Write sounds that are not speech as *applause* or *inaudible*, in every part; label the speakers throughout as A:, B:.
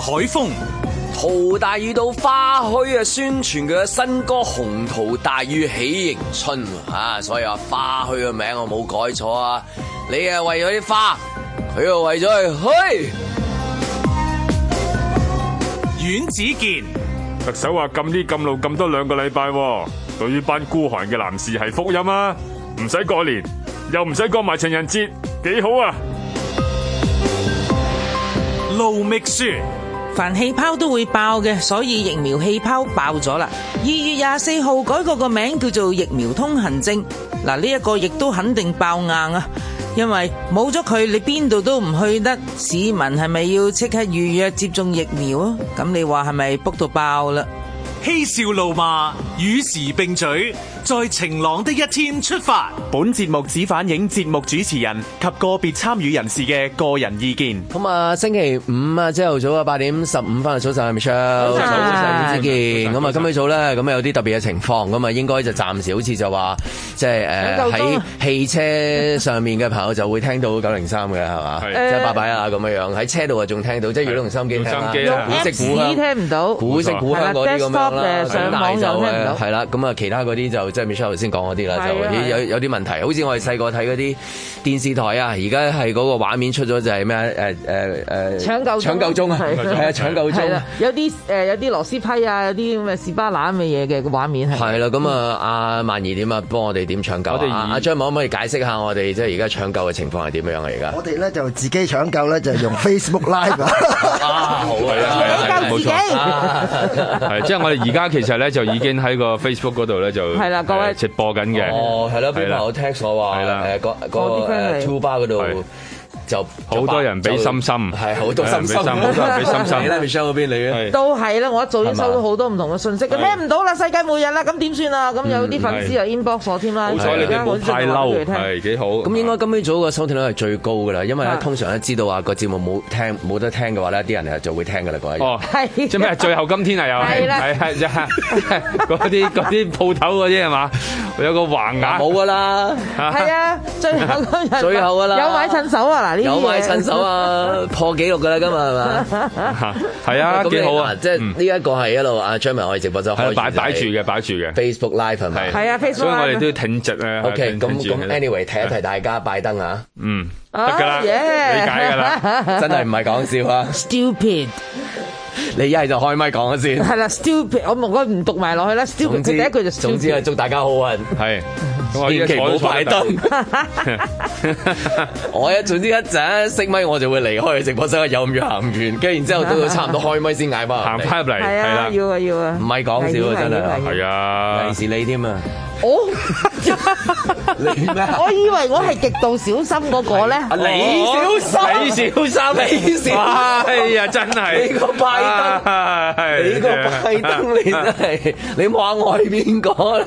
A: 海峰、
B: 陶大宇到花墟啊，宣傳佢嘅新歌《紅桃大雨喜迎春》啊，所以話花墟嘅名我冇改錯啊，你啊為咗啲花，佢又為咗佢墟。
A: 阮子健、
C: 特首話禁呢禁路禁多兩個禮拜喎，對於班孤寒嘅男士係福音啊！唔使過年，又唔使過埋情人節，幾好
D: *laughs*
C: 啊！
A: 盧覓雪、
E: 凡氣泡都會爆嘅，所以疫苗氣泡爆咗啦。二月廿四號改過個名叫做疫苗通行證，嗱呢一個亦都肯定爆硬啊！因為冇咗佢，你邊度都唔去得。市民係咪要即刻預約接種疫苗啊？咁你話係咪 book 到爆啦？
A: 嬉笑怒罵，與時並舉，在晴朗的一天出發。
F: 本節目只反映節目主持人及個別參與人士嘅個人意見。
B: 咁啊，星期五啊，朝頭早啊，八點十五分啊，早晨啊，Michelle，
E: 早晨
B: 早晨，健。咁啊，今朝早咧，咁啊有啲特別嘅情況，咁啊應該就暫時好似就話，即係誒
E: 有夠鐘
B: 喺
E: 啊
B: 汽車上面嘅朋友就會聽到九零三嘅係
E: *laughs*
B: 嘛，
C: 係
B: 即係拜拜啊咁樣樣，喺車度啊仲聽到，即係如果用心機聽啦
C: 用心機啊
B: 古色古香。
E: 聽唔到，
B: 古色古香嗰啲咁
E: 係啦
B: 樣啦，
E: ，desktop 誒上網又聽唔到
B: 係啦，咁啊其他嗰啲就即係 Michelle 頭先講嗰啲啦，就
E: 係啊係啊
B: 有有啲問題，好似我哋細個睇嗰啲電視台啊，而家係嗰個畫面出咗就係咩啊誒誒誒
D: 搶救鐘
B: 搶救鐘啊，
D: 係
B: 係啊搶救
D: 係
B: 鐘
D: 啦。，有啲誒有啲螺絲批啊，有啲咁嘅士巴拿咁嘅嘢嘅個畫面係。
B: 係啦，咁啊，阿萬兒點啊，幫我哋點搶救啊
C: 我哋
B: 啊？
C: 以
B: 阿張可唔可以解釋下我哋即係而家搶救嘅情況係點樣啊？而家
G: 我哋咧就自己搶救
D: *laughs*
G: 咧，就用 Facebook Live 啊。
B: 啊，好
C: 係啊係
B: *laughs*
C: 啊
D: 自己救自己
B: 啊
C: 係，即係我哋而家其實咧就已經喺個 Facebook 嗰度咧就
D: 係啦各位
C: 呃直
D: *laughs*
C: 播緊嘅，
B: 哦，係啦，
C: 係
B: 邊朋
C: 啦
B: 友 text 我話
C: 係啦
B: 誒嗰嗰
D: 我啲
B: 個
D: friend
B: 誒
D: 哦嚟
B: Two Bar 嗰度
C: 係
B: 就
C: 好多人俾心心
B: 係好多心心，
C: 好多人俾心心
B: *laughs* 你咧 Michelle 嗰邊你啊咧？
C: 係
D: 都係啦，我一早已經收到好多唔同嘅信息，
C: 係
D: 聽唔到啦，世界末日啦，咁點算啊？咁有啲粉
B: 嗯
D: 絲又 inbox 啊我添啦，
C: 好
B: 啊
C: 彩你哋冇
D: 我都盡
C: 太嬲，
D: 量話俾佢聽
C: 係幾好。
B: 咁應該今朝早嘅收聽率係最高㗎啦，因為咧
D: 啊
B: 通常咧知道話個節目冇聽冇得聽嘅話咧，啲人係就會聽㗎啦嗰一日。
C: 哦，
D: 係
C: 即係咩？最後今天啊，又係
D: 係啦
C: 係係係嗰啲嗰啲鋪頭嗰啲係嘛？有個橫額，
B: 冇㗎啦，
D: 係啊，最後嗰日
B: 最後㗎啦
D: 有買襯手啊，嗱呢啲嘢
B: 有位趁
D: *laughs*
B: 手啊，破紀錄㗎啦，今日係嘛？
C: *laughs* 係啊，
B: 咁
C: 幾好啊！
B: 你嗱即係呢一個係一路阿張文我哋直播就
C: 係
B: 開
C: 擺擺住嘅，擺住嘅。
B: Facebook Live 係咪
C: 係
D: 係啊，Facebook
C: 所以我哋
D: Live
C: 都要挺直咧。
B: ？OK，
C: 挺
B: 咁
C: 挺住
B: 咁 anyway 提一提大家拜登啊，
C: 嗯，得
D: 啊
C: 㗎 *laughs* 啦，理
D: yeah
C: 解㗎啦。
D: *laughs*
B: *laughs* 真係唔係講笑啊！
D: stupid
B: 你一係就開麥講咗先。
D: 係啦，stupid 我唔該唔讀埋落去啦，stupid 佢
B: 總之
D: 第一句就
B: 總之
D: stupid
B: 係。祝大家好運，
C: 係，咁我依家
B: 千祈
C: 坐
B: 唔
C: 都
B: 好
C: 坐
B: 拜
C: 得特
B: 登。我一總之一陣熄咪我就會離開直播室，有咁遠行唔遠，跟住然之後到到差唔多開咪先嗌翻
C: 行
B: 入嚟。
C: 翻入嚟，
D: 係
C: *laughs* 係
D: 啊，
C: 啦，
D: 要啊要啊，
B: 唔係講笑啊真係
D: 係
C: 係啊
B: 尤，其是你添啊！
D: 我
B: *laughs* 你咩？
D: 我以為我係極度小心嗰個咧，
B: 啊你小心，
C: 你哦小心，
B: 你小
C: 哇哎呀，真係
B: 你個拜登
C: 登
B: 你個拜登你真係，你望下我係邊個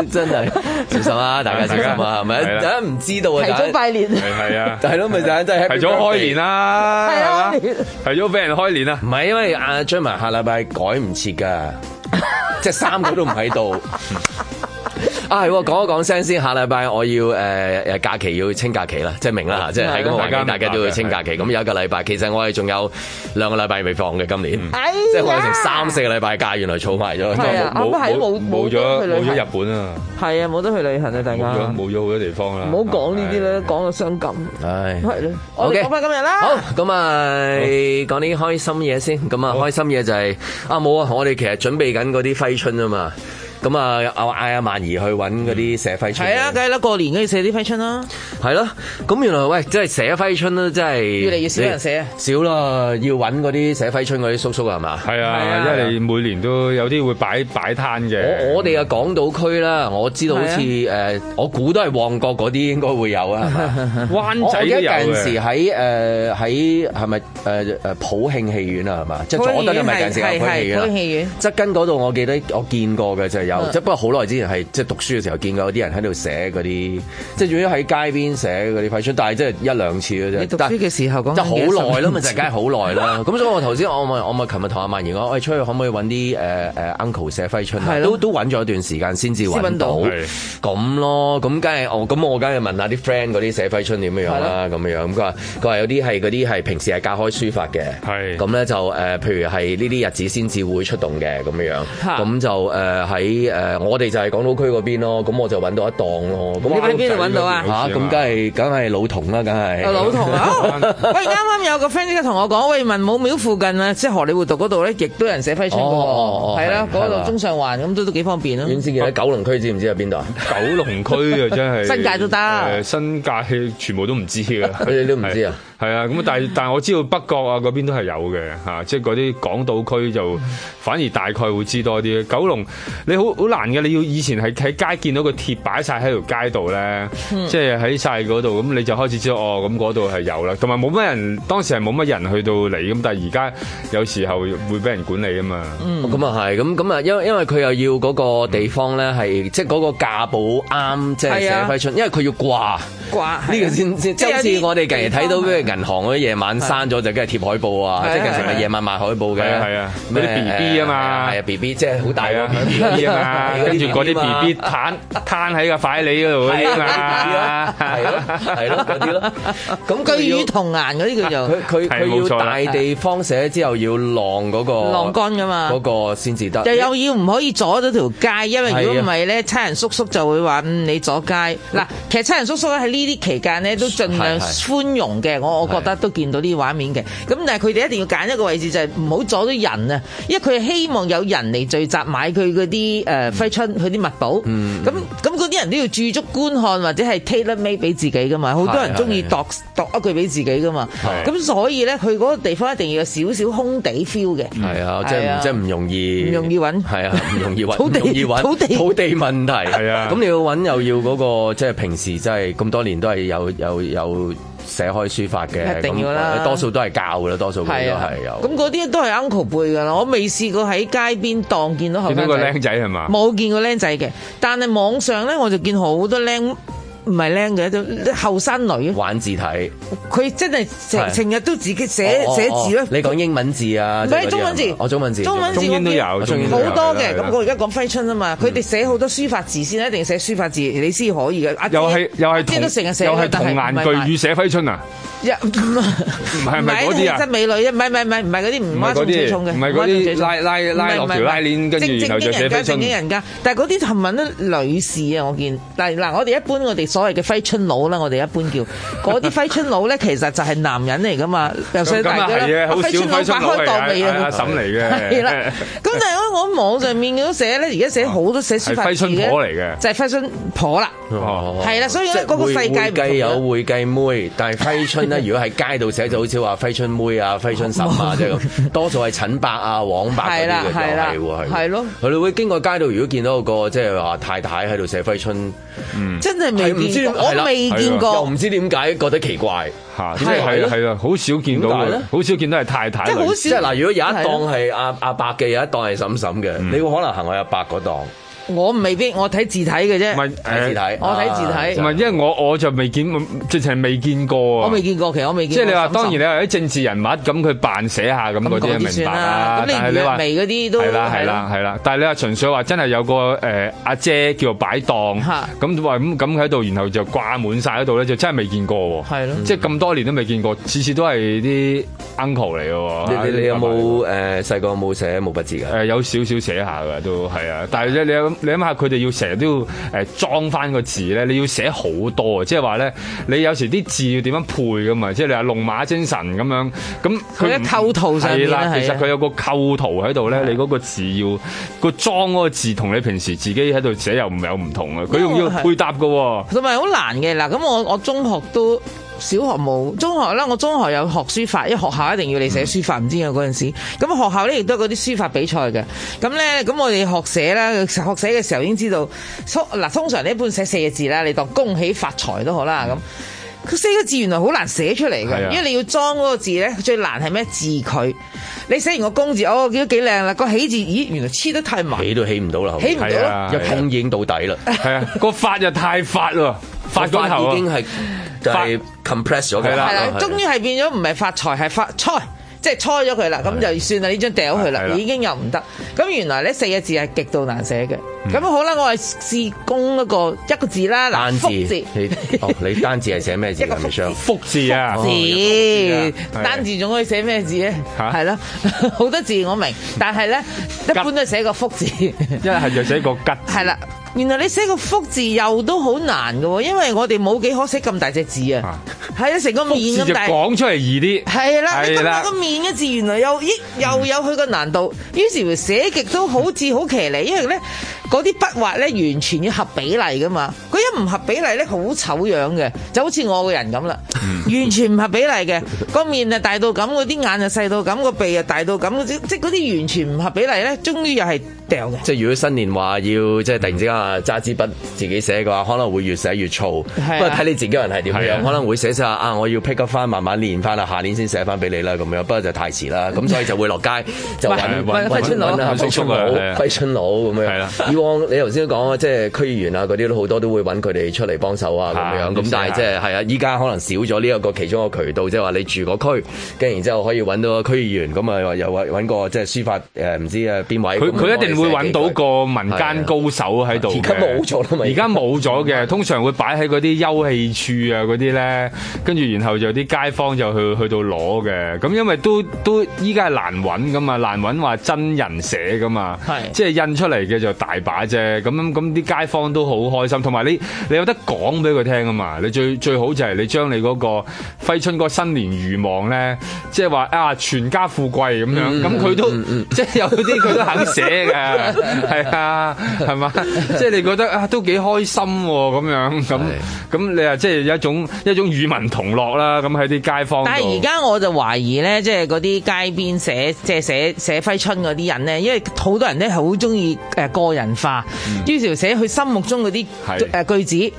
B: 你 *laughs* 真係小
C: *laughs*
B: 心啊！大家小心啊，係咪？
C: 係啦
B: 大家唔知道啊，
D: 提早
B: 大家
D: 拜年，
C: 係係
B: *laughs*
C: 啊，
B: 係咯，咪就係真係
C: 提早開年
B: 啦。
C: 啦，
D: 係啊
C: 係嘛，提早俾人開年啦
B: 唔。係因為阿張文下禮拜改唔切㗎， *laughs* 即係三個都唔喺度。 *laughs* 啊，係喎，講一講聲先。下禮拜我要誒誒、呃假期要清假期啦，即係明啦，即係喺咁嘅環境，
C: 嗯
B: 大
C: 大家明白
B: 家都要清假期。咁有一個禮拜，其實我哋仲有兩個禮拜未放嘅今年，
D: 哎呀
B: 即係我哋成三四個禮拜假，原來儲埋咗。
D: 係啊啱啱係冇
C: 冇
D: 冇
C: 咗
D: 得去
C: 冇
D: 旅行
C: 咗日本啊，
D: 係啊，冇得去旅行啊，大
C: 冇
D: 家
C: 咗
D: 唔
C: 冇咗好多地方啦。
D: 好講呢啲啦，講到傷感，
B: 唉。
D: 係咯，我
B: OK
D: 哋講翻今日啦，
B: 好，咁啊，講啲開心嘢先。咁啊，開心嘢就係、啊冇啊，我哋其實準備緊嗰啲揮春啊嘛。咁啊，我嗌阿萬兒去揾嗰啲寫揮春。
E: 係啊，梗係啦，過年梗要寫啲揮春啦。
B: 係咯，咁原來喂，即係寫揮春都真係
E: 越嚟越少人寫啊
B: 少啦，要揾嗰啲寫揮春嗰啲叔叔係嘛？
C: 係
E: 係啊
C: 啊，因為你每年都有啲會擺擺攤嘅。
B: 我我哋啊港島區啦，我知道好似誒、
E: 啊
B: 我估都係旺角嗰啲應該會有啊，係嘛？
C: *laughs* 灣
B: 我
C: 仔
B: 我
C: 都
B: 記得
C: 有
B: 有陣時
C: 嘅。
B: 喺誒喺係咪誒誒普慶戲院啊，係嘛？即係佐敦係咪有陣時有
E: 係
B: 普慶戲
E: 係
B: 院
E: 係
B: 啊
E: 普慶戲院
B: 側根嗰度我記得我見過嘅就係、有，即係不過好耐之前係即係讀書嘅時候見過有啲人喺度寫嗰啲，即係仲要喺街邊寫嗰啲揮春，但係即係一兩次嘅啫。
D: 你讀書嘅時候講緊
B: 但即係好耐啦
D: 幾
B: 嘛，就
D: 十
B: 係梗係好耐啦。 *laughs* 咁所以我頭先我咪我咪琴日同阿曼怡講，喂，出去可唔可以揾啲誒誒 uncle 寫揮春啊
D: 係咯
B: 都都揾咗一段時間先至
D: 先
B: 揾
D: 揾到
B: 到
C: 係
B: 咁咯。咁梗係我咁我梗係問下啲 friend 嗰啲寫揮春點樣樣啦，咁樣咁佢話佢話有啲係嗰啲係平時係教開書法嘅，
C: 係
B: 咁咧就誒、呃譬如係呢啲日子先至會出動嘅咁樣樣，
D: 嚇
B: 咁就誒喺誒我哋就係港島區嗰邊咯，咁我就揾到一檔咯。咁
D: 你喺邊度揾到啊
B: 嚇咁梗係梗係老童啦，梗係
D: 有老同啊！喂，啱啱有個 friend 即刻同我講，喂，文武廟附近啊，即係荷里活道嗰度咧，亦都有人寫揮春嘅
B: 哦哦哦
D: 喎，係啦，
B: 係
D: 嗰
B: 係嘛
D: 度中上環咁都都幾方便啊咯。
B: 遠先見喺九龍區，知唔知喺邊度啊？
C: 九龍區啊，真
D: *laughs*
C: 係
D: 新界都得
C: 誒新界全部都唔知嘅，佢
B: 哋都唔知啊。
C: 係啊，咁但係但係我知道北角啊嗰邊都係有嘅嚇，即係嗰啲港島區就反而大概會知多啲。九龍你好好難嘅，你要以前係喺街見到個貼擺晒喺條街度咧，
D: 嗯
C: 即係喺晒嗰度，咁你就開始知道哦，咁嗰度係有啦。同埋冇乜人，當時係冇乜人去到嚟，咁但係而家有時候會俾人管理啊嘛。
D: 嗯
B: 咁啊係，咁咁啊， *laughs* 因為因為佢又要嗰個地方咧係即係嗰個架步啱，即係
D: 係
B: 寫
D: 啊
B: 揮春，因為佢要掛。
D: 掛
B: 呢
C: 啊
B: 個先先，即係好
D: 即係有
B: 似
D: 啲
B: 我哋近日睇到，譬如銀行嗰啲夜晚閂咗就梗係貼海報啊，
D: 係啊
B: 即係近日咪夜晚賣海報嘅，
C: 係啊係啊
B: 咩
C: 嗰啲 BB 啊嘛
B: 係啊 B B 即係好大
C: 係
B: 個
C: 啊
B: *laughs* BB
C: ，B B 啊嘛，跟住嗰啲 B B
B: BB
C: 攤攤喺個塊你嗰度嗰啲啊嘛，
B: 係咯係咯嗰
D: *laughs*
B: 啲咯，咁佢
D: 居
B: 要
D: 與同顏嗰啲叫做
C: 係
B: 佢佢
C: 冇
B: 佢要
C: 錯啦
B: 大地方寫之後要晾嗰個
D: 晾乾㗎嘛
B: 嗰個先至得。
D: 就又要唔可以阻咗條街，因為
B: 啊
D: 如果唔係咧，差人叔叔就會話：嗯，你阻街。嗱，其實差人叔叔咧喺呢啲期間咧都盡量
B: 係係
D: 寬容嘅，我我
B: 係
D: 覺得都見到呢啲畫面嘅。咁但係佢哋一定要揀一個位置，就係唔好阻到人啊，因為佢係希望有人嚟聚集買佢嗰啲誒揮春、佢啲物寶。
B: 嗯
D: 咁咁嗰啲人都要駐足觀看或者係 tailor made 俾自己噶嘛，好多人中意
B: 係係
D: 度度一句俾自己噶嘛。
B: 係
D: 咁所以咧，佢嗰個地方一定要有少少空地 feel 嘅。
B: 係啊，即係唔即係唔容易，
D: 嗯唔容易揾
B: 係啊，唔容易
D: *laughs*
B: 揾，
D: 土地
B: 唔容易揾
D: 土地
B: 土地問題
C: 係啊
B: 咁你要揾又要嗰個即係平時真係咁多年都係有有有寫開書法嘅，
D: 一定要啦
B: 咁多數都係教噶啦，多數佢
D: 係
B: 都
D: 啊
B: 係，有。
D: 咁嗰啲都係 uncle 背㗎啦。我未試過喺街邊檔見到後
C: 見到
D: 生
C: 個僆
D: 仔，
C: 仔係嘛？
D: 冇見過僆仔嘅。但係網上咧，我就見好多僆。唔係僆嘅，都後生女，
B: 玩字體，
D: 佢真係
B: 係
D: 成成日都自己寫
B: 哦哦
D: 寫字
B: 哦
D: 咯。
B: 你講英文字啊？
D: 唔
B: 即係嗰
D: 係
B: 啲
D: 中文字
B: 係嘛，我中文字，
D: 中文字
C: 中英都有
D: 我
C: 中
D: 見
C: 英
D: 好
C: 都有嗯
D: 多嘅。
C: 係啦
D: 咁我而家講揮春啊嘛，佢哋寫好多書法字先，一定要寫書法字，你先可以嘅。阿姐
C: 又係又
D: 阿
C: 係
D: 姐
C: 同
D: 都成日寫嘅，
C: 又係
D: 但
C: 同
D: 唔係
C: 顏
D: 賣
C: 巨語寫揮春啊！
D: 一唔
C: 係咪嗰啲啊
D: 真美女啊，唔係唔係唔係唔係嗰啲唔
C: 係
D: 媽
C: 嗰
D: 仲
C: 啲
D: 最重嘅，
C: 唔係嗰啲
D: 媽仲最重
C: 拉拉拉落條拉鏈跟住
D: 正
C: 然後
D: 正經
C: 就寫
D: 人家
C: 揮春
D: 正經人家，但係嗰啲尋日都女士啊，我見嗱嗱，我哋一般我哋所謂嘅揮春佬啦，我哋一般叫嗰啲揮春佬咧，其實就係男人嚟噶嘛，由細
C: 咁
D: 到
C: 咁
D: 大
C: 啊
D: 㗎
C: 係
D: 啦
C: 啊，好少揮
D: 揮
C: 春佬
D: 開檔
C: 係
D: 未
C: 阿
D: 啊？
C: 嬸嚟
D: 係啦
C: 嘅，，
D: 咁但係我喺網上面都寫咧，而家寫好多寫書法
C: 係揮春
D: 字
C: 婆嚟嘅
D: 就係揮春婆啦。
C: 哦
D: 係啦所以咧
B: 即係
D: 嗰個
B: 會
D: 世界唔同
B: 會計
D: 啦
B: 有會計妹，但係揮
D: *laughs*
B: 春咧，如果喺街度寫就好似話揮春妹啊、揮春嬸啊，即係咁，多數係陳伯啊、黃伯嗰
D: 係啦
B: 啲嘅，
D: 係啦
B: 又係喎，
D: 係咯，
B: 佢哋會經過街度，如果見到個即係話太太喺度寫揮春，
C: 嗯
D: 嗯真係未見過，
B: 係唔知係啦
D: 我未見
B: 又
D: 過
B: 唔，知點解覺得奇怪。
C: 嚇，即係
B: 係
C: 係
B: 咯
C: 係啦，啊好少見到
B: 點解
C: 嘅
B: 咧，
C: 好少見到係太太
D: 即係好
C: 類似
B: 即係
D: 少
B: 嗱，。如果有一檔係阿阿伯嘅，有一檔係嬸嬸嘅，
C: 嗯
B: 你會可能行去阿伯嗰檔
D: 我未必，我睇字體嘅
C: 唔
D: 啫，
C: 係
B: 睇字體
C: 誒，，
D: 我睇字體
C: 唔係因為我我就未見，直情係未見過
D: 我
C: 啊
D: 未。見過，其實我未見
C: 即
D: 過嬸嬸。
C: 係你話當然你話啲政治人物咁佢扮寫下咁
D: 咁
C: 嗰
D: 嗰
C: 啲
D: 啲
C: 明
D: 算
C: 白
D: 啦
C: 啦，，
D: 咁
C: 但係
D: 你
C: 你
D: 魚
C: 話
D: 味嗰啲都
C: 係啦係
D: 嗯
C: 啦。係啦，但係你話純粹話真係有個誒阿姐叫做擺檔，
D: 嚇
C: 咁話咁咁喺度，然後就掛滿晒喺度咧，就真係未見過喎。
D: 係咯
C: 即係咁多年都未見過，次次都係啲 uncle 嚟嘅喎。啊
B: 你你你有
C: 啲
B: 冇誒細個有冇寫毛筆字㗎？
C: 誒有少少寫下㗎都係啊，但係你你諗你諗下佢哋要成日都要誒裝翻個字咧，你要寫好多啊，即係話咧你有時啲字要點樣配㗎嘛，即係你話龍馬精神咁樣，咁
D: 佢
C: 唔
D: 一構圖上面
C: 係
D: 啊係
C: 啦，
D: 啊
C: 其實佢有個構圖喺度咧，你嗰個字要個裝嗰個字同你平時自己喺度寫又唔有唔同啊，佢仲要配搭㗎喎。
D: 同埋好難嘅嗱，咁我我中學都小學冇，中學啦，我中學有學書法，因為學校一定要你寫書法，唔知有嗰陣時，咁學校咧亦都有嗰啲書法比賽嘅，咁咧咁我哋學寫啦，學寫嘅時候已經知道，通嗱通常你一般寫四個字啦，你當恭喜發財都好啦咁。佢四個字原來好難寫出嚟
C: 嗯係
D: 嘅，
C: 啊
D: 因為你要裝嗰個字咧，最難係咩字佢。你寫完個公字，哦，見到幾靚啦，個喜字，咦，原來黐得太埋，
B: 起都起唔到啦，後
D: 起
B: 面
D: 唔到
C: 係
D: 咯。
C: 啊，
B: 一碰已經到底啦，
C: 係啊，個髮又太發
B: *laughs*
C: 咯，發
B: 個
C: 嗰頭
B: 法
C: 啊
B: 已經係就係 compress 咗佢哦
C: 係啦
D: 係啦，
B: 係
D: 終於係變咗唔係發財，係發菜，即係搓咗佢啦，咁就算啦，呢張掉佢啦
C: 係啦，
D: 已經又唔得。咁原來呢四個字係極度難寫嘅。
C: 嗯
D: 咁好啦，我係試攻一個一個字啦，嗱，
B: 單字，
D: 福字。
B: 你哦，你單字係寫咩字
D: 一個
B: 㗎
D: 福字
B: ？Michelle
C: 福字啊，
D: 字
C: 係
D: 單字仲可以寫咩字咧？
C: 嚇嗯
D: 係咯， *laughs* 好多字我明，但係咧一般都係寫個福
C: *laughs*
D: 字。
C: 一係就寫個吉，
D: 係啦，原來你寫個福字又都好難嘅喎，因為我哋冇幾可寫咁大隻字啊，係啊，成個面
C: 字
D: 咁
C: 就
D: 大。
C: 講出嚟易啲。
D: 係啦，你
C: 係
D: 咁
C: 啦
D: 大個面嘅字，原來又咦又有佢個難度，於是乎寫極都好似好騎呢，因為咧嗰啲筆畫咧完全要合比例噶嘛，佢一唔合比例咧好醜樣嘅，就好似我個人咁啦，完全唔合比例嘅，個面啊大到咁，嗰啲眼啊細到咁，個鼻啊大到咁，即即嗰啲完全唔合比例咧，終於又係掉嘅。
B: 即係如果新年話要即係突然之間啊揸支筆自己寫嘅話，可能會越寫越燥。不
D: 係啊
B: 過睇你自己個人係點
C: 係啊
B: 樣，可能會寫寫下啊，我要 pick up 翻，慢慢練翻啦，下年先寫翻俾你啦咁樣。不過就太
C: *laughs*
B: 遲啦，咁所以就會落街就揾
C: 唔係
B: 揾
C: 揮春佬
B: 揾
C: 揮
B: 啊揮
C: 春
B: 春
C: 佬
B: 佬
C: 係啊
B: 揮春佬咁
C: 係啦
B: 樣。以往你頭先都講啊，即係區議員啊嗰啲都好多都會揾佢哋出嚟幫手啊咁
C: 啊
B: 樣。咁但係即係係啊，依家可能少咗呢一個其中一個渠道，即係話你住個區，跟住然之後可以揾到個區議員，咁啊又揾揾個即係書法誒唔知啊邊位。
C: 佢
B: 咁
C: 佢一定會揾到
B: 幫你寫幾句啊
C: 個民間高手喺度嘅。
B: 而家冇咗啦嘛
C: 而家冇咗嘅，通常會擺喺嗰啲休憩處啊嗰啲咧，跟住然後就啲街坊就去去到攞嘅。咁因為都都依家係難揾噶嘛，難揾話真人寫噶嘛，
D: 係
C: 即係印出嚟嘅就大把啫。咁咁啲街坊都好開心，同埋你你有得講俾佢聽啊嘛。你最最好就係你將你嗰個揮春嗰新年願望咧，即係話啊全家富貴咁
B: 嗯
C: 樣，咁佢都即係有啲佢都肯寫
B: *laughs*
C: 嘅，係啊，係嘛？即係你覺得啊都幾開心喎咁樣，咁咁你啊即係有一種一種與民同樂啦，咁喺啲街坊度。
D: 但係而家我就懷疑咧，即係嗰啲街邊寫即係寫寫揮春嗰啲人咧，因為好多人咧好中意誒個人化，
B: 嗯
D: 於是乎寫佢心目中嗰啲
C: 係
D: 誒句子。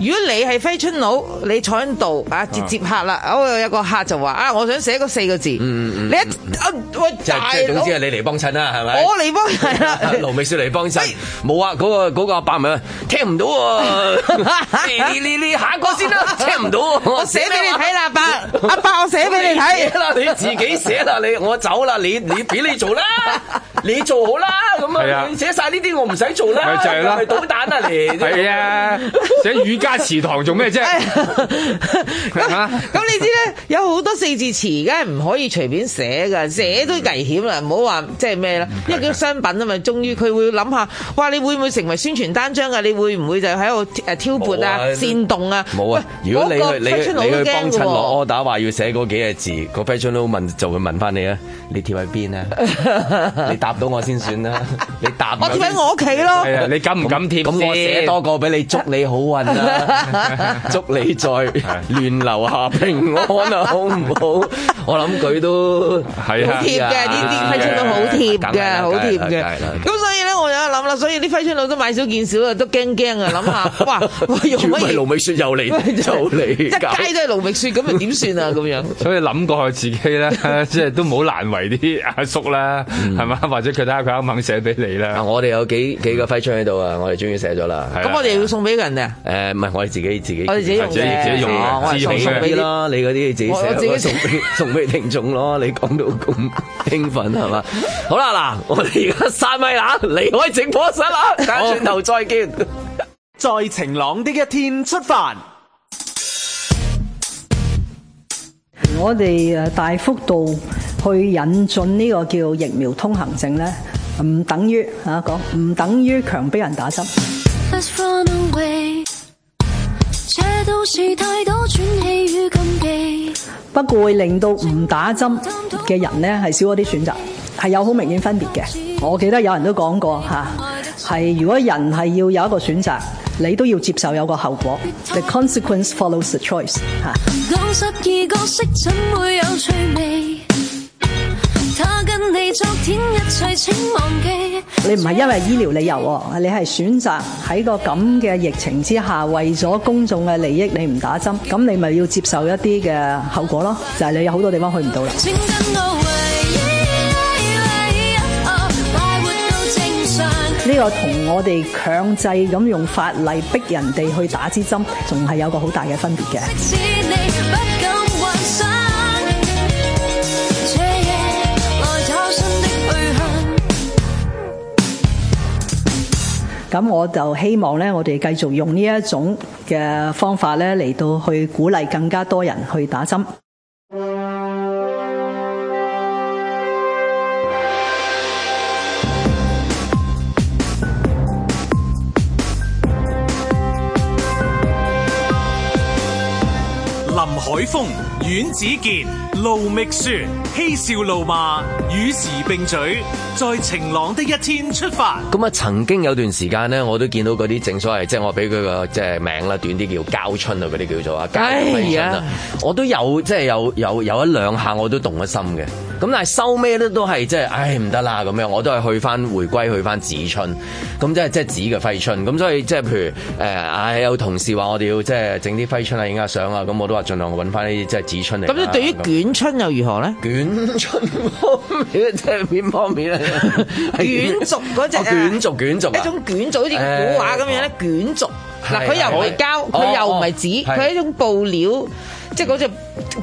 D: 如果你係揮春佬，你坐喺度啊接接客啦，哦有個客就話啊，我想寫嗰四個
B: 嗯
D: 字，你一啊喂
B: 就
D: 大
B: 係嗯即係
D: 佬
B: 總之，係你嚟幫襯啦，係咪？
D: 我嚟幫係啦。
B: *laughs* 盧美雪嚟幫襯，冇啊！嗰、個嗰、個阿伯咪話聽唔
D: *laughs*
B: 到喎，你你你下一個先啦，聽唔到喎。
D: 我寫俾你睇啦，阿伯，阿伯我寫俾你睇。
B: 寫啦，你自己寫啦，你我走啦，你你俾
D: *laughs*
B: 你做啦，你做好啦，咁
C: 係啊
B: 啊，你寫晒呢啲我唔使做啦，
C: 咪就係啦
B: 咪搗蛋啊你。
C: 係啊，寫儒家祠堂做咩啫？係嘛？
D: 咁你知咧，有好多四字詞，而家係唔可以隨便寫噶，寫都危險啦，唔好話即係咩啦，
C: 嗯
D: 因為佢商品啊嘛，終於佢會諗下，哇！你會唔會成為宣傳單張啊？你會唔會就喺度誒挑撥
B: 冇啊
D: 啊、煽動
C: *laughs*
D: 啊？
B: 冇啊！
D: 喂
B: 如果你
D: 嗰個
B: 去你去
D: fashion 佬
B: 你
D: 都
B: 去
D: 驚
B: 幫
D: 㗎
B: 襯落
D: 喎
B: order 話要寫嗰幾隻字，個 fashion 佬問就會問翻你啊，你貼喺邊啊？你答到我先
D: *laughs*
B: 算啦，你答
D: 我貼喺我屋企咯。
C: 係啊，你敢唔敢貼
B: 咁我
C: 先
B: 寫多個俾你，祝你好
D: *laughs*
B: 運啦，祝你在亂流下平安啊，好唔好？我諗佢都
C: 係啊
D: 好貼嘅，呢啲揮春佬好貼嘅，好貼嘅。咁所以咧，我有得諗啦，所以啲揮春佬都買少見少啊，都驚驚啊，諗下，
B: *laughs*
D: 哇，我用
B: 如果
D: 乜
B: 咪
D: 嘢
B: 盧？美雪
D: *laughs*
B: 又嚟又
D: 一 *laughs*
B: 嚟搞。
D: 街都係盧覓雪，咁又點算啊？咁樣。
C: 所以諗過自己咧， *laughs* 即係都唔好難為啲阿叔啦，
B: 嗯
C: 係嘛？或者佢睇下佢肯唔肯寫俾你
B: 啊！
C: 啦。
B: 我哋有幾幾個揮春喺度啊！我哋終於寫咗啦。
C: 係啊
D: 咁我哋要送俾人啊，
B: 誒，唔係我哋自己自己，
D: 我哋自己用
C: 自己
D: 嘅，
C: 自己用嘅
D: 哦我係
C: 自己
D: 送
C: 用嘅
D: 送俾
B: 啲
D: 啲。
B: 啦，你嗰啲你自己
D: 我
B: 寫，
D: 我自己
B: 送俾送俾聽眾咯。你講到咁興奮係嘛？好啦，嗱，我哋而家散咪啦，離開直播室啦，等下轉頭再見。
F: 在晴朗的一天出發。
H: 我哋誒大幅度去引進呢個叫疫苗通行證咧，唔等於啊講唔等於強迫人打針。
I: Let's run away，這都是太多喘氣與禁忌。
H: 不過會令到唔打針嘅人咧係少咗啲選擇，係有好明顯分別嘅。我記得有人都講過嚇，係、如果人係要有一個選擇，你都要接受有個後果。The consequence follows the choice 嚇、
I: 講十二角色怎會有趣味？他跟你昨天一切，請忘記。
H: 你唔係因為醫療理由喎，你係選擇喺個咁嘅疫情之下，為咗公眾嘅利益，你唔打針，咁你咪要接受一啲嘅後果咯，就係、你有好多地方去唔到啦。
I: 請跟我回憶哦快活到正常。
H: 呢個同我哋強制咁用法例逼人哋去打支針，仲係有個好大嘅分別嘅。
I: 即使你不敢幻想，這夜來找新的去向。
H: 咁我就希望咧，我哋繼續用呢一種嘅方法咧，嚟到去鼓勵更加多人去打針。
A: 林海峰、阮子健、路觅雪，嬉笑怒罵，與時並舉，在晴朗的一天出發。
B: 咁啊，曾經有段時間咧，我都見到嗰啲正所謂，即係我俾佢個即係名啦，短啲叫交春啊，嗰啲叫做啊，交
D: 哎
B: 春
D: 呀
B: 啊，我都有即係有有有一兩下我都動咗心嘅。咁但係收尾咧都係即係，唉唔得啦咁樣，我都係去翻回歸去翻紫春，咁即係即係紫嘅揮春。咁所以即係譬如誒，唉有同事話我哋要即係整啲揮春啊、影下相啊，咁我都話盡量揾翻啲即係紫春嚟啦。啊
D: 咁你對於捲春又如何咧？
B: *laughs* 哦卷啊春方面，即係邊方面咧？
D: 卷軸嗰隻啊
B: 哦卷軸卷軸啊
D: 一種卷軸好似古畫咁樣咧，卷軸。嗱，
B: 係
D: 佢又唔係膠，
B: 哦
D: 佢又唔係
B: 哦
D: 紙，
B: 係
D: 佢係一種布料，即係嗰只布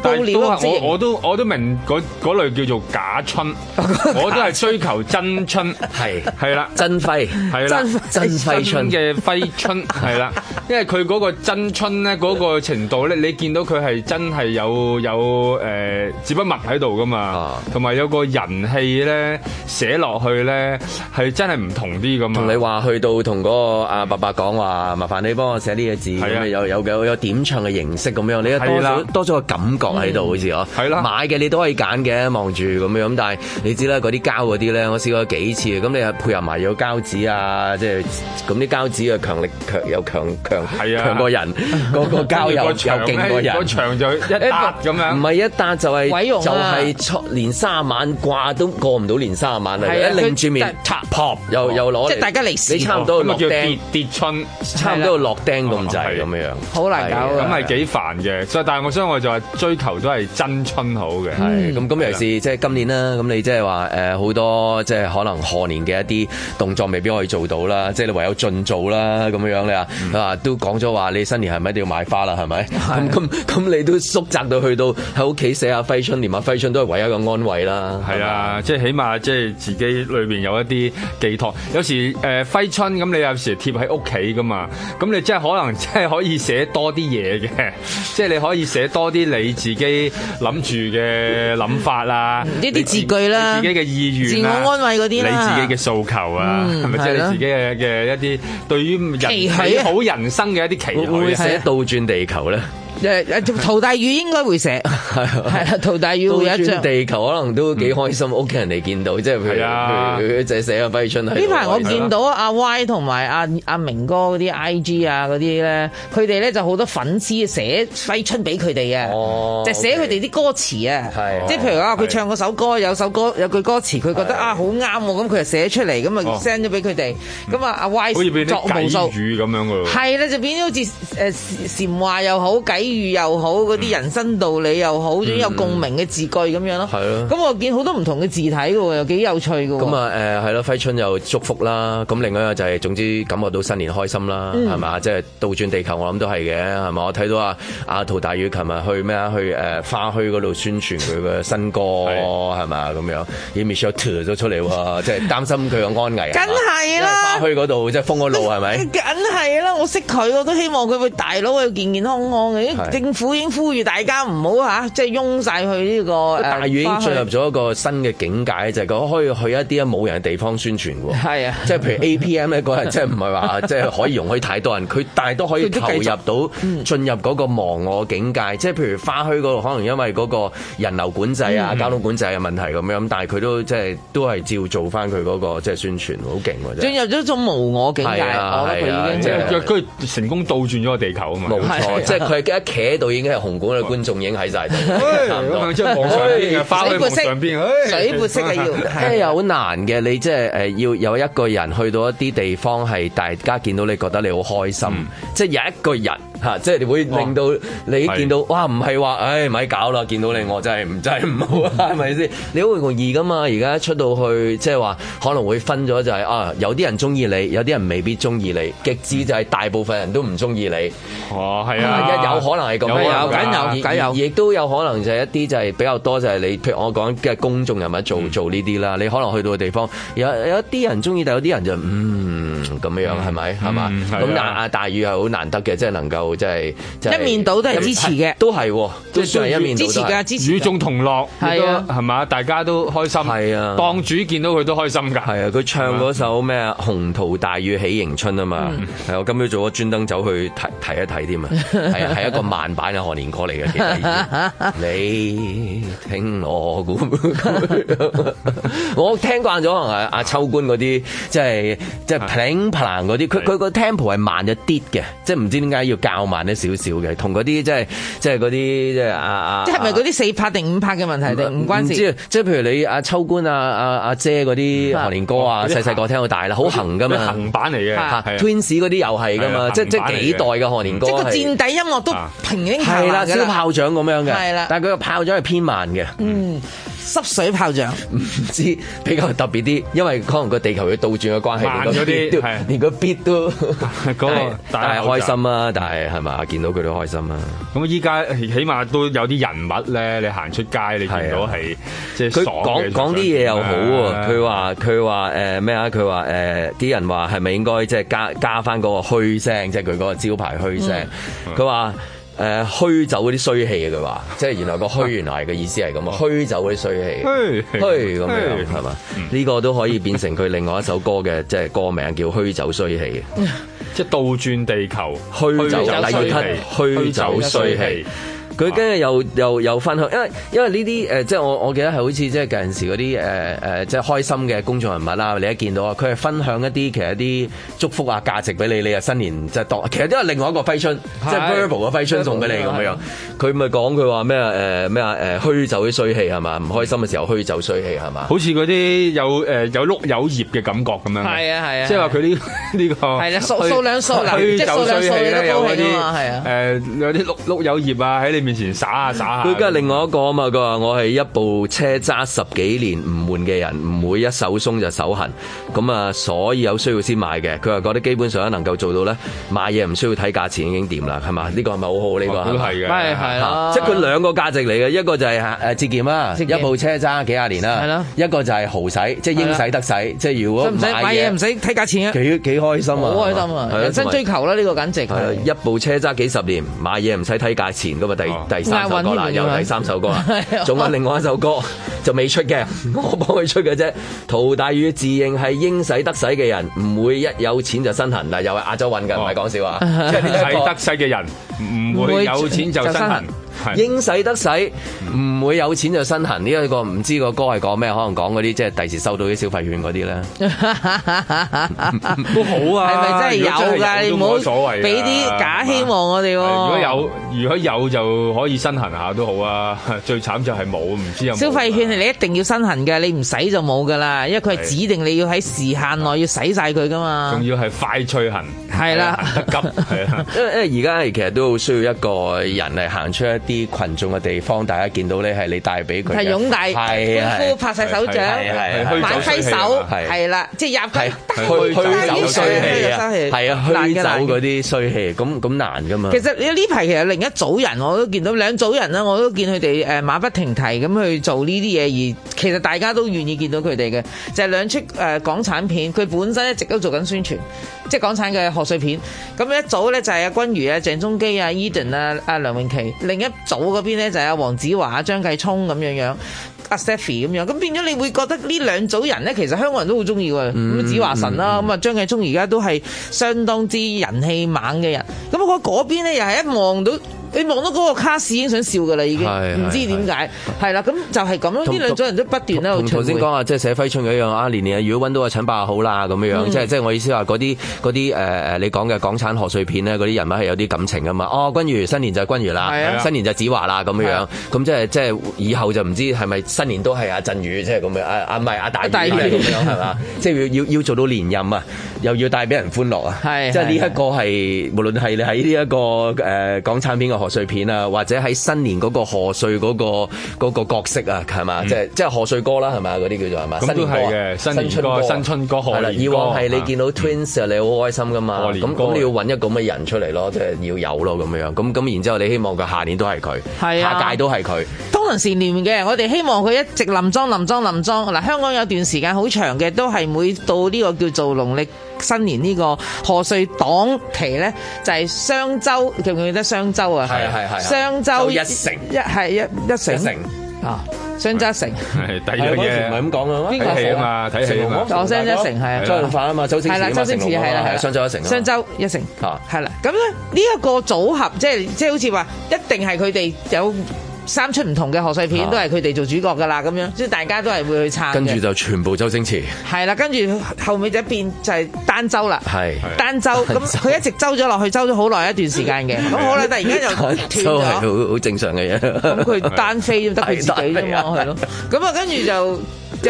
C: 但係
D: 料
C: 都
D: 嘅
C: 係
D: 字
C: 我
D: 形。
C: 我都我都明嗰嗰類叫做假
B: *laughs*
C: 春，我都係追求真春，
B: 係
C: 係啦。
B: 真輝，
C: 係啦，
B: 真揮春
C: 嘅揮春係啦，因為佢嗰個真春咧，嗰、個程度咧，你見到佢係真係有有誒、呃、紙筆墨喺度噶嘛
B: 啊，
C: 同埋、有個人氣咧寫落去咧係真係唔同啲噶嘛。
B: 同你話去到同嗰個阿伯伯講話，麻煩你幫我寫呢個字，
C: 係啊
B: 咁有有有有點唱嘅形式咁樣，你多
C: 係啦嗯
B: 咗多咗個感覺喺度，好似嗬。
C: 係啦
B: 買嘅你都可以揀嘅，望住咁樣，但係你知啦，嗰啲膠嗰啲咧，我試過幾次，咁你又配合埋有膠紙啊，即係咁啲膠紙嘅強力強又強強
C: 係啊
B: 強過人，個
C: *laughs*
B: 個膠又
C: 個
B: 又
C: 牆咧
B: 勁過人
C: 個。牆就一笪咁樣
B: 唔。係一笪就係
D: 毀容啊
B: 就係初年卅晚掛都過唔到年卅晚啊！
D: 係啊
B: 一擰住面
D: 佢
B: 啪 pop 又又攞嚟，
D: 即係大家嚟試
B: 你差唔
C: 咁
B: 多
C: 啊
B: 落
C: 叫跌
B: 釘，
C: 跌春，
B: 差唔多落釘咁滯
C: 哦係
B: 咁樣樣，
D: 好難搞啊
C: 咁係幾煩嘅。所以但係我想我就話追求都係真春好嘅。
D: 嗯
B: 係咁咁，尤其是即係今年啦，咁你即係話誒好多即係可能賀年嘅一啲動作未必可以做到啦，即係你唯有盡做啦咁樣樣你
C: 嗯
B: 話啊都講咗話你新年係咪一定要買花啦係咪？咁咁咁你都縮窄到去到喺屋企寫下揮春，連下揮春都係唯一一個安慰啦。
C: 係啊，即係起碼即係自己裏邊有一啲寄託。有時誒揮春咁，你有時貼喺屋企噶嘛，咁你即係可能 *laughs* 即係可以寫多啲嘢嘅，即係你可以寫多啲你自己諗住嘅諗法啊，
D: 呢啲字句啦
C: 你自己嘅意願啊
D: 自我安慰嗰啲啦
C: 你自己嘅訴求啊，
D: 嗯
C: 係咪即
D: 係
C: 係
D: 啦
C: 你自己嘅嘅一啲對於人
D: 期許啊
C: 好人生嘅一啲期
B: 會唔會
C: 許啊。
B: 寫倒轉地球咧？
D: 誒誒，陶大宇應該會寫，係啦，陶大宇
B: 倒
D: 會有一
B: 轉
D: 張。
B: 地球可能都幾開心，屋企人嚟見到，即係譬
C: 嗯係啊
B: 如佢就寫個揮春喺度
D: 呢排我
B: 開心
D: 見到阿 Y 同埋阿阿明哥嗰啲 IG 啊嗰啲咧，佢哋咧就好多粉絲寫揮春俾佢哋啊，
B: 哦
D: 就寫佢哋啲歌詞啊
C: 哦
B: 係，
D: 即係譬如啊，
C: 係
D: 佢唱嗰首歌有首歌有句歌詞，佢覺得啊好啱喎，咁佢就寫出嚟，咁啊
C: 哦嗯
D: send 咗俾佢哋，咁啊阿 Y
C: 好似變
D: 作
C: 啲
D: 無數
C: 偈。語咁樣噶喎。
D: 係啦，就變咗好似誒禪禪話又好，偈語又好，嗰啲人生道理又
C: 嗯
D: 好，總之有共鳴嘅字句咁樣咯。
B: 係
C: 啊
B: 咯
D: 咁我見好多唔同嘅字體嘅喎，又幾有趣嘅喎。
B: 咁啊誒係咯，揮春又祝福啦。咁另外一個就係總之感覺到新年開心啦，
D: 嗯
B: 係嘛？即係倒轉地球，我諗都係嘅，係嘛？我睇到啊阿陶大宇琴日去咩啊？去誒花墟嗰度宣傳佢嘅新歌
C: 係
B: 係嘛？咁樣，而 Michelle 脫咗出嚟喎，即係擔心佢嘅安危。
D: 梗係啦
B: 因為花墟嗰度即係封咗路係咪？
D: *laughs* 梗係啦，我識佢，我都希望佢會大佬佢健健康康嘅。因為
B: 係
D: 政府已經呼籲大家唔好嚇，即係擁晒去呢個誒
B: 大宇已
D: 呃花
B: 經
D: 墟
B: 進入咗一個新嘅境界，就係講可以去一啲冇人嘅地方宣傳喎。
D: 係啊
B: 即
D: *laughs*
B: 係譬如 APM 咧嗰日，即係唔係話即係可以容許太多人，佢但係都可以
D: 佢都
B: 投
D: 繼續嗯
B: 入到進入嗰個忘我境界。即係譬如花墟嗰度，可能因為嗰個人流管制
D: 嗯
B: 啊、交通管制嘅問題咁樣，但係佢都即係都係照做翻佢嗰個即係宣傳，好勁喎！真係
D: 進入咗一種無我境界，
B: 係啊
D: 我覺得
B: 係啊
D: 佢已經
C: 即
B: 即
D: 係
B: 係
C: 係佢成功倒轉咗個地球啊嘛！
B: 冇
D: 係啊
B: 錯，即係佢係企喺度已經係紅館嘅觀眾已經喺
C: *laughs*
B: 晒度，
C: 哎
B: 差唔多
C: 向。即係望上
D: 哎
C: 邊嘅，花去望上邊，哎唉
D: 水潑式嘅要
B: 即係
D: 係
B: 又好難嘅，你即係誒要有一個人去到一啲地方係大家見到你覺得你好開心，即係有一個人嚇，即係會令到你見到哇，唔係話唉咪搞啦，見到你我真係唔真 *laughs* 係唔好啊，係咪先？你好容易噶嘛，而家出到去即係話可能會分咗就係、啊，有啲人中意你，有啲人未必中意你，極致就係大部分人都唔中意你。
C: 哦，係啊，
B: 啊，有可能係咁樣，
C: 有可能㗎
B: 而
D: 梗有
B: 亦都有可能就係一啲就係比較多就係你，譬如我講嘅公眾人物做
D: 嗯
B: 做呢啲啦，你可能去到嘅地方，有有一啲人中意，但有啲人就嗯咁樣係咪係嘛？
C: 嗯係啊
B: 咁但阿大宇係好難得嘅，即係能夠即係即係
D: 一面倒都係支持嘅
B: 都係喎，都算係一面
D: 支
B: 倒都
D: 持
B: 係
D: 㗎，支持
C: 與
D: 㗎。
C: 眾同樂，亦
D: 係
C: 都
D: 啊
C: 係嘛？大家都開心，
B: 係啊
C: 檔主見到佢都開心㗎，
B: 係啊，佢唱嗰首咩《紅桃大雨喜迎春》啊嘛，
D: 嗯
B: 係我今朝早我專登走去睇睇一睇
D: *laughs*
B: 添啊，係啊，係一個慢版嘅賀年歌嚟嘅，其
C: *laughs*
B: 實已經你聽我估， *laughs* 我聽慣咗可能係阿秋官嗰啲，即係即
C: 啊
B: 係 pling pling 嗰啲，佢佢個 tempo 係慢咗啲嘅，即係唔知點解要較慢咗少少嘅，同嗰啲即係即係嗰啲即係啊啊，
D: 即係咪嗰啲四拍定五拍嘅問題定唔關
B: 知
D: 事？
B: 啊，即係譬如你阿秋官啊、阿阿姐嗰啲
D: 啊
B: 賀年歌
C: 嗯哦
B: 啊，
C: 嗰啲
B: 細細個聽到大啦，好行噶嘛。
C: 行版嚟嘅，
B: 嚇
C: 係啊
B: Twins 嗰啲又係噶
C: 係
B: 嘛，
C: 啊
B: 即即
C: 行版嚟嘅
B: 幾代嘅賀年歌
D: 嗯即係個
B: 係。
D: 戰地音樂都
C: 啊
D: 平平下
B: 係啦，
D: 下㗎
B: 燒
D: 啦，
B: 炮仗咁樣嘅，
D: 係啦
B: 但係佢個炮仗係偏慢嘅，
D: 嗯濕水炮仗。
B: 唔知比較特別啲，因為可能個地球要倒轉嘅關係，
C: 慢
B: 連
C: 咗
B: 個
C: 啲
B: beat 都
C: 係
B: 連個 beat
C: *laughs*
B: 都，
C: 嗰個
B: 但
C: 戴
B: 係
C: 口
B: 但係
C: 罩
B: 開心啊！但係係咪見到佢都開心啊！
C: 咁依家起碼都有啲人物咧，你行出街你見到係即係
B: 啊佢
C: 爽
B: 講
C: 嘅
B: 講啲嘢又好
C: 啊
B: 喎，佢話佢話誒咩啊？佢話誒啲人話係咪應該即係加加翻嗰個虛聲，即係佢嗰個招牌虛
C: 嗯
B: 聲。佢話誒虛走嗰啲衰氣，佢話即係原來個虛原來嘅意思係咁啊，
C: 嗯
B: 虛走嗰啲衰氣，
C: 虛
B: 虛咁
C: 虛
B: 樣係嘛？呢個都可以變成佢另外一首歌嘅即係歌名叫虛走衰氣，
C: *laughs* 即係倒轉地球，
B: 虛走
C: 虛
B: 第二
C: 氣
B: 級虛走衰氣。佢跟住又又又分享，因為因為呢啲誒，即係我我記得係好似即係近時嗰啲誒誒，即係開心嘅公眾人物啦，你一見到啊，佢係分享一啲其實一啲祝福啊價值俾你，你啊新年即係當，其實都係另外一個揮春，即係 verbal 嘅揮春送俾你咁樣。佢咪講佢話咩啊誒咩啊誒虛走啲衰氣係嘛，唔開心嘅時候虛走衰氣係嘛。
C: 好似嗰啲有誒有碌有葉嘅感覺咁樣嘅。
D: 係啊係啊
C: 即係話佢呢呢個
D: 係啦數
C: 虛
D: 數兩數嗱
C: 虛
D: 即係數兩數
C: 就衰氣
D: 你
C: 呢
D: 都高
C: 有
D: 興啊
C: 嗰啲
D: 嘛係啊
C: 誒有啲碌碌有葉啊喺你面前耍下耍下。
B: 佢梗係另外一個啊嘛，佢話我係一部車揸十幾年唔換嘅人，唔會一手鬆就手痕，咁啊，所以有需要先買嘅。佢話覺得基本上能夠做到咧，買嘢唔需要睇價錢已經掂啦，係嘛？呢個係咪好好呢個
C: 都
B: 係嘛？
C: 係嘅，
D: 咪係啦，
B: 即係佢兩個價值嚟嘅，一個就係啊誒節儉啦，
D: 節儉
B: 一部車揸幾廿年
D: 係
B: 啦
D: 咯，
B: 一個就係豪使，即係應使得使，即係如果
D: 使唔使買嘢唔使睇價錢啊？
B: 幾幾開心啊！
D: 好開心
B: 係
D: 啊！
B: 同
D: 人生
B: 埋
D: 追求啦，呢個簡直
B: 係啊，一部車揸幾十年，買嘢唔使睇價錢噶嘛。第
C: 哦
B: 第三首歌啦，
D: 押韻添
B: 有
D: 仲要
B: 第三首歌啦
D: 係啊，
B: 仲有另外一首歌就未出嘅，我幫佢出嘅啫。陶大宇自認係應使得使嘅人，唔會一有錢就身痕嗱，又係亞洲運嘅，唔係講笑啊，即係呢一
C: 係
B: 個
C: 得勢嘅人，唔會有錢就身痕。係
B: 應使得使，唔會有錢就身痕。呢一個唔知個歌係講咩，可能講嗰啲即係第時收到啲消費券嗰啲咧。
D: *laughs*
C: 都好啊，
D: 係咪真係有㗎？你
C: 如
D: 唔
C: 果真係有都冇乜所
D: 好
C: 謂㗎啊
D: 俾啲假希望我哋喎。
C: 如果有，如果有就可以身痕下都好啊。 *laughs* 最慘就係冇，唔知有冇
D: 消費券係你一定要身痕嘅，你唔使就冇噶啦，因為佢係指定你要喺時限內要使晒佢噶嘛
B: 啊
C: 仲。要係快脆痕，
D: 係啦
C: 行得急，係啊。
B: 因為因為而家係其實都好需要一個人嚟行出一啲群眾嘅地方，大家見到咧係你帶俾佢嘅，
D: 係啊擁戴，
B: 係啊
D: 歡呼，
B: 係
D: 拍晒手掌，
B: 係啊係係
D: 玩揮手，係啦，即係入
B: 啊係
D: 佢。
B: 虛虛走衰氣啊，係啊，
D: 難
B: 虛
D: 嘅
B: 走
D: 難嘅
B: 嗰啲衰氣，咁咁難噶嘛
D: 其。實呢排其實另一組人我都見到兩組人啦，啊我都見佢哋誒馬不停蹄咁去做呢啲嘢，而其實大家都願意見到佢哋嘅，就係、兩出誒、呃港產片，佢本身一直都做緊宣傳，即係港產嘅賀歲片。咁一組呢就係阿君如啊、鄭中基啊、Eden 啊、阿梁詠琪，另一組嗰邊咧就係阿黃子華、啊、張繼聰咁樣樣。阿 Stephy 咁樣，咁變咗你會覺得呢兩組人咧，其實香港人都好中意喎。咁、子華
B: 嗯
D: 神啦，咁啊張繼聰而家都係相當之人氣猛嘅人。咁我覺得嗰邊咧又係一望到你望到嗰個卡士已經想笑噶啦，已經
B: 係
D: 唔知
B: 係
D: 點解係啦。咁就係咁咯，
B: 同
D: 呢兩種人都不斷喺
B: 同
D: 度
B: 頭先
D: 循
B: 講
D: 環。
B: 啊，即係寫揮春嗰樣啊，年年如果揾到個陳伯好啦咁樣
D: 嗯
B: 樣，即係即係我意思話嗰啲嗰啲誒誒，你講嘅港產賀歲片咧，嗰啲人物係有啲感情噶嘛。哦，君如新年就係君如
D: 係
B: 啦
D: 啊，
B: 新年就係子華啦咁樣樣，咁即係即係以後就唔知係咪新年都係阿振宇即係咁樣，啊啊唔係阿大
D: 大
B: 宇
D: 宇
B: 係咁樣係嘛？啊即係要要要做到連任啊，又要帶俾人歡樂啊，
D: 係
B: 即係呢一
D: 係
B: 個係無論係你喺呢一個誒港產片嘅賀歲片啊，或者喺新年嗰個賀歲嗰個嗰個角色啊，係嘛？即係即係賀歲歌啦，係嘛？嗰啲叫做係嘛？
C: 嗯咁都係嘅新年歌新春歌賀
B: 啊係啦
C: 年歌
B: 以往係你
C: 啊
B: 見到 Twins 啊，你好開心噶嘛？
C: 賀
B: 咁
C: 年歌
B: 咁你要揾一個咁嘅人出嚟咯，即係要有咯咁樣。咁咁然之後，你希望佢下年都係佢，
D: 係啊
B: 下屆都係佢。
D: 當然善念嘅，我哋希望佢一直冧裝冧裝冧裝。嗱，香港有段時間好長嘅，都係每到呢個叫做農曆新年呢個賀歲檔期呢，就係雙周，記唔記得雙周啊？
B: 係係係係
D: 雙周
B: 就一成
D: 一係一一成
B: 成
D: 啊，雙周一成。
C: 係第
B: 係
C: 二樣
B: 嗰時唔係
C: 嘢
B: 咁。講啊，
D: 邊個
C: 睇戲啊嘛睇戲啊嘛
D: 我聲一成係啊
B: 哦周潤發啊嘛，周星馳
D: 係啦，
B: 啊嘛
D: 周星
B: 成
D: 馳
B: 龍啊嘛
D: 係啦，係啦
B: 上晝一成啊嘛，
D: 上週一成，
B: 啊
D: 係啦。咁咧呢一個組合，即係即係好似話，一定係佢哋有三出唔同嘅賀歲片
B: 啊，
D: 都係佢哋做主角噶啦，咁樣，即係大家都係會去撐嘅。
B: 跟住就全部周星馳，
D: 係啦，跟住後尾就一變就係單週啦。
B: 係
D: 單
B: *laughs*
D: 週咁佢一直周咗落去，周咗好耐一段時間嘅。咁好啦，突然間又斷
B: 周啊係
D: 咗，
B: 好好正常嘅嘢。
D: 咁佢單飛得佢自己啫
B: 係單
D: 嘛，
B: 飛啊
D: 係咯。咁啊，跟住就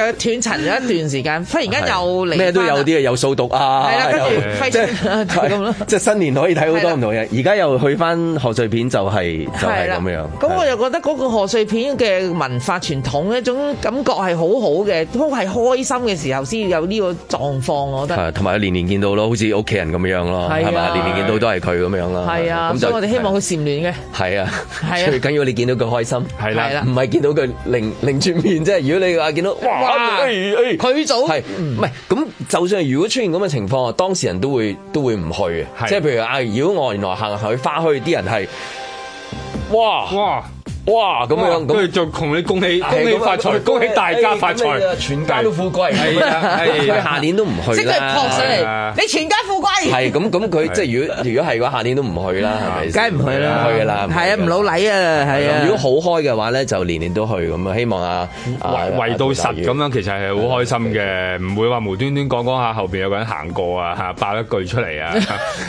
D: 又斷層咗一段時間，忽然間又嚟
B: 咩都有
D: 返啦
B: 啲啊，有數讀啊，
D: 係啦，跟
B: 有
D: 住揮
B: 即
D: 春 *laughs* 就
B: 係
D: 咁咯。
B: 即係新年可以睇好多唔同嘢。而家又去翻賀歲片，就係就
D: 係
B: 係
D: 啦
B: 咁樣。
D: 咁我又覺得嗰個賀歲片嘅文化傳統一種感覺係好好嘅，都係開心嘅時候先有呢個狀況，我覺得。
B: 係同埋年年見到咯，好似屋企人咁樣咯，
D: 係啊
B: 係咪？年年見到都係佢咁樣啦。
D: 係啊，
B: 咁
D: 所
B: 就
D: 以我哋希望佢蟬聯嘅。
B: 係啊，
D: 係啊
B: 最緊要你見到佢開心，
C: 哎係啦
D: 係啦
B: 唔係見到佢擰擰轉面啫。如果你話見到哇，
D: 哇
B: 哎哎
D: 佢早
B: 係
C: 嗯
B: 唔係咁？就算係如果出現咁嘅情況，當事人都會都會唔去嘅。
C: 係
B: 即係譬如啊，如果我原來行行去花墟，啲人係哇
C: 哇！
B: 哇咁樣
C: 跟住
B: 咁。
C: 就同你恭喜
B: 係
C: 恭喜
B: 咁啊
C: 發財，恭喜大家發
B: 哎咁你就
C: 財，
B: 全家都富貴。
C: 係啊係
B: 佢
C: 啊
B: *laughs* 下年都唔
D: 即
B: 去
D: 係佢
B: 啦。
D: 撲上
C: 係啊
D: 嚟，你全家富貴，
B: 係咁咁，佢即係如果如果係嘅話，下年都唔去啦，係咪先？
D: 梗係唔去啦，
B: 唔去㗎啦，唔去㗎啦
D: 係啊，唔老禮啊，係啊。
B: 如果好開嘅話咧，就年年都去咁啊！希望啊，啊
C: 圍圍到實咁。
B: 啊
C: 樣，其實係好開心嘅，唔會話無端端講講下後邊有個人行過啊，嚇爆一句出嚟
B: *laughs*
C: 啊，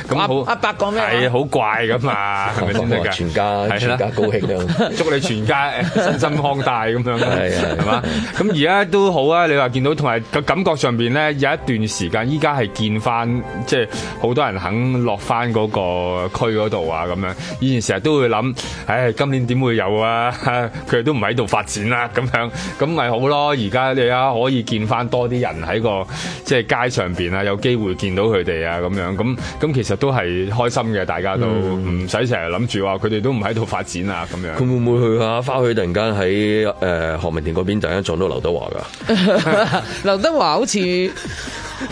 C: 咁好
D: 阿阿伯講咩啊
C: 係啊好怪噶嘛，
B: *laughs*
C: 係咪先得
B: 哇
C: 㗎？
B: 啊全家
C: 係
B: 全
C: 啦 *laughs*
B: 家高興啊！ *laughs*
C: 祝你全家誒身心康大咁樣，
B: 係係
C: 係嘛？ *laughs* 咁而家都好啊！你話見到同埋個感覺上邊咧，有一段時間依家係見翻，即係好多人肯落翻嗰個區嗰度啊咁樣。以前成日都會諗，唉，今年點會有啊？ *laughs* 佢哋都唔喺度發展啦，咁樣咁咪好咯。而家你啊可以見翻多啲人喺個即係街上邊啊，有機會見到佢哋啊咁樣。咁咁其實都係開心嘅，大家都
B: 嗯
C: 唔使成日諗住話佢哋都唔喺度發展啊咁樣
B: 佢。會唔會去下花墟？突然間喺誒何文田嗰邊突然間撞到劉德華㗎？
D: *laughs* 劉德華好似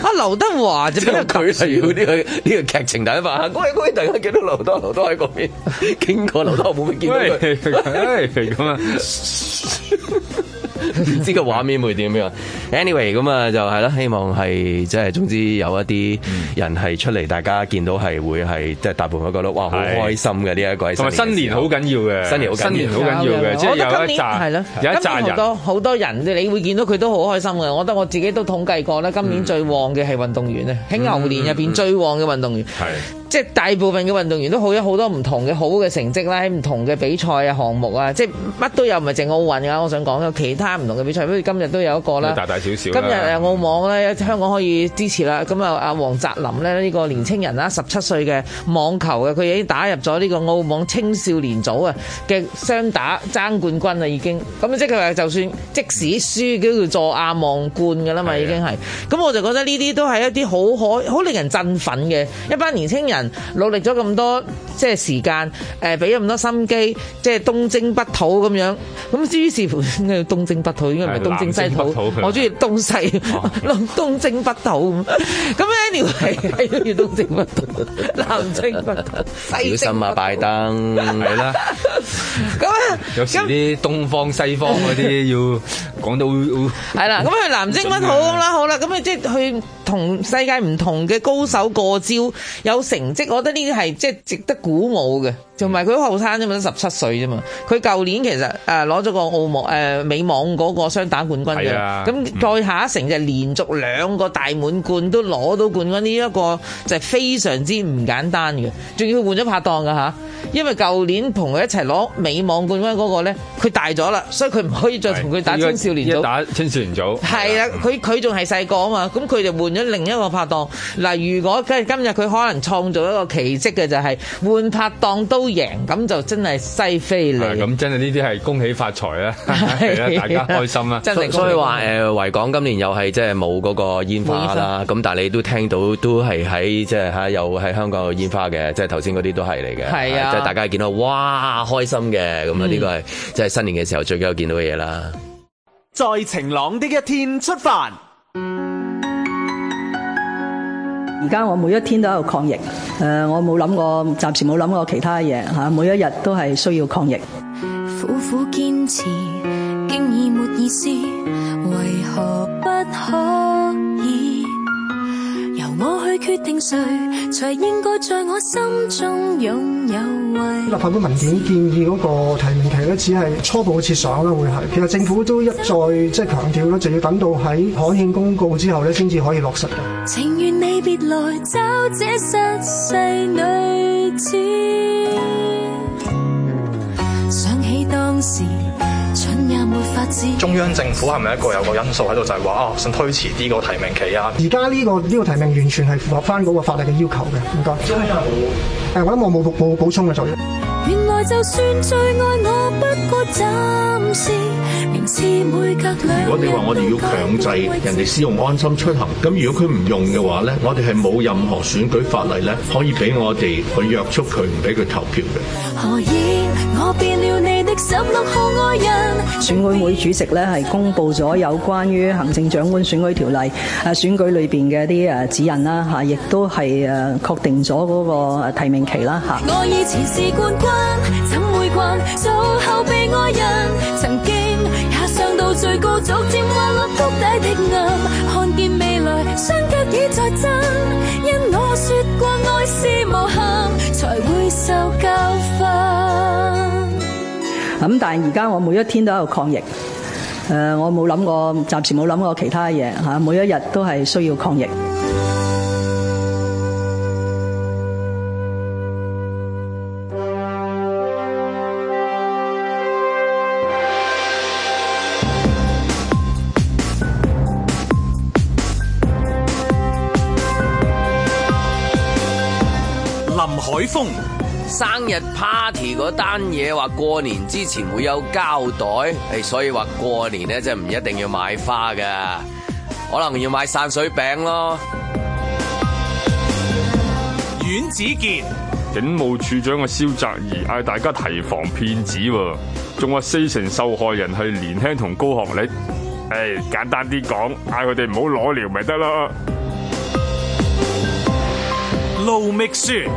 D: 啊，劉德華
B: *laughs*
D: 就比較
B: 佢係要呢個呢個劇情大家發下，嗰位嗰位突然間見到劉德華，劉德華喺嗰邊經過，劉德華會唔會見到
C: 喂， *laughs*
B: 佢？
C: 咁啊，
B: *laughs* 唔 *laughs* 知個畫面會點樣？anyway 咁啊，就係啦，希望係即係總之有一啲人係出嚟，大家見到係會係即係大部分都覺得哇好開心嘅呢一個喺嘅時
C: 同
B: 候，
C: 埋新年好緊要嘅，
B: 新年好緊要
C: 新年好緊要嘅，即係
D: 我覺得
C: 有
D: 今
C: 一
D: 年係咯
C: 紮，有一
D: 今
C: 紮
D: 年好
C: 人。
D: 多好多人，你會見到佢都好開心嘅。我覺得我自己都統計過啦，今年最旺嘅係運動員啊，
C: 嗯
D: 喺牛年入邊最旺嘅運動員，
C: 係
D: 即係大部分嘅運動員都好咗好多唔同嘅好嘅成績啦，喺唔同嘅比賽啊、項目啊，即係乜都有，唔係淨奧運啊。我想講有其他唔同嘅比賽，好似今日都有一個啦，
C: 大大小小
D: 今
C: 啦
D: 日呃誒澳網咧，香港可以支持啦。咁啊，阿黃澤林咧呢個年青人啦，十七歲嘅網球嘅，佢已經打入咗呢個澳網青少年組啊嘅雙打爭冠軍啦，已經。咁即係話，就算即使輸都要做亞望冠㗎啦嘛，已經係。咁我就覺得呢啲都係一啲好可好令人振奮嘅一班年青人，努力咗咁多即係時間，誒俾咗咁多心機，即係東征北討咁樣。咁至於是乎應該要東征北討，應該唔係東征西
C: 南征北
D: 討
C: 討。
D: 我中意東西，
B: 哦
D: 東征北討咁。咁 anyway 係都要東征北討，南征北討，西征
B: 小心
D: 北
B: 啊，
D: 討
B: 拜。登係啦，
D: *laughs* 咁啊，
C: 有時啲東方西方嗰啲要講到
D: 係
C: *laughs*
D: 啦，咁啊去南征北討咁啦，好啦，咁你啊即係去同世界唔同嘅高手過招，有成績，我覺得呢啲係即係值得鼓鼓舞嘅，同埋佢好後生啫嘛，十七歲啫嘛。佢舊年其實誒攞咗個澳網誒、呃美網嗰個雙打冠軍嘅
C: 係啊
D: 啦，咁、再下一城就連續兩個大滿貫都攞到冠軍，呢、一個就係非常之唔簡單嘅，仲要佢換咗拍檔㗎嚇。因為舊年同佢一齊攞美網冠軍嗰個咧，佢大咗啦，所以佢唔可以再同佢打青少年組
C: 一。打青少年組
D: 係啦，佢佢仲係細個啊嘛，咁佢就換咗另一個拍檔。嗱，如果今今日佢可能創造一個奇蹟嘅就係換拍檔都贏，咁就真係西非
C: 係
D: 利。
C: 啊咁真係呢啲係恭喜發財啦，係啊
B: 啊 *laughs*
C: 啦，大家開心啦。
D: 真係
B: 所
D: 咁
B: 所以話誒維港今年又係即係冇嗰個煙花啦，咁但係你都聽到都係喺即係嚇有喺香港有煙花嘅，即係頭先嗰啲都係嚟嘅，
D: 係啊
B: 即係大家見到哇開心嘅咁啊，呢個係即係新年嘅時候最緊要見到嘅嘢啦。
F: 在晴朗的一天出發。
H: 而家我每一天都喺度抗疫，誒、呃我冇諗過，暫時冇諗過其他嘢嚇、每一日都係需要抗疫。
I: 苦苦堅持，經已沒意思，為何不可以？由我去決定誰才應該在我心中擁有位
J: 立。法會文件建議嗰個提名期咧，只係初步設想啊啦，會係其實政府都一再即係強調啦，就要等到喺刊憲公告之後咧，先至可以落實嘅。
I: 情願你別來找這失勢女子。想起當時，蠢也沒法子。
K: 中央政府係咪一個有個因素喺度，就係話啊，想推遲啲個提名期啊？
J: 而家呢個呢、個提名完全係符合翻嗰個法例嘅要求嘅，唔該。誒，我諗我冇補冇補充嘅作用。
I: 原來就算最愛我，不過暫時。明知每隔兩
L: 如果你話我哋要強制人哋使用安心出行，咁如果佢唔用嘅話咧，我哋係冇任何選舉法例咧可以俾我哋去約束佢，唔俾佢投票嘅。
I: 何以我變了你的十六號愛人？
H: 選管會主席咧係公布咗有關於行政長官選舉條例啊選舉裏邊嘅一啲誒指引啦嚇，亦都係誒確定咗嗰個誒提名期啦嚇。
I: 我以前是冠軍，怎會慣做後備愛人？曾經也上到最高，逐漸滑落谷底的暗，看見未來，雙腳已在震。因我說過愛是無限，才會受教訓。
H: 咁但係而家我每一天都喺度抗疫，誒、我冇諗過，暫時冇諗過其他嘢嚇、每一日都係需要抗疫。
A: 林海峰、
B: 生日 party 嗰單嘢話過年之前會有膠袋，誒，所以話過年咧即係唔一定要買花嘅，可能要買散水餅咯。
A: 阮子健、
M: 警務處長嘅蕭澤頤嗌大家提防騙子喎，仲話四成受害人係年輕同高學歷。誒、簡單啲講，嗌佢哋唔好裸聊咪得咯。
A: 盧覓雪。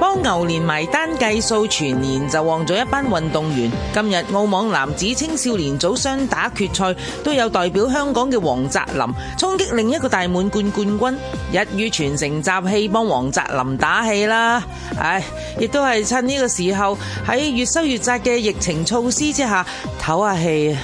E: 幫牛年埋單計數，全年就旺咗一班運動員。今日澳網男子青少年組雙打決賽都有代表香港嘅黃澤林衝擊另一個大滿貫冠軍，一於全城集氣幫黃澤林打氣啦。唉，亦都係趁呢個時候喺越收越窄嘅疫情措施之下唞下氣啊！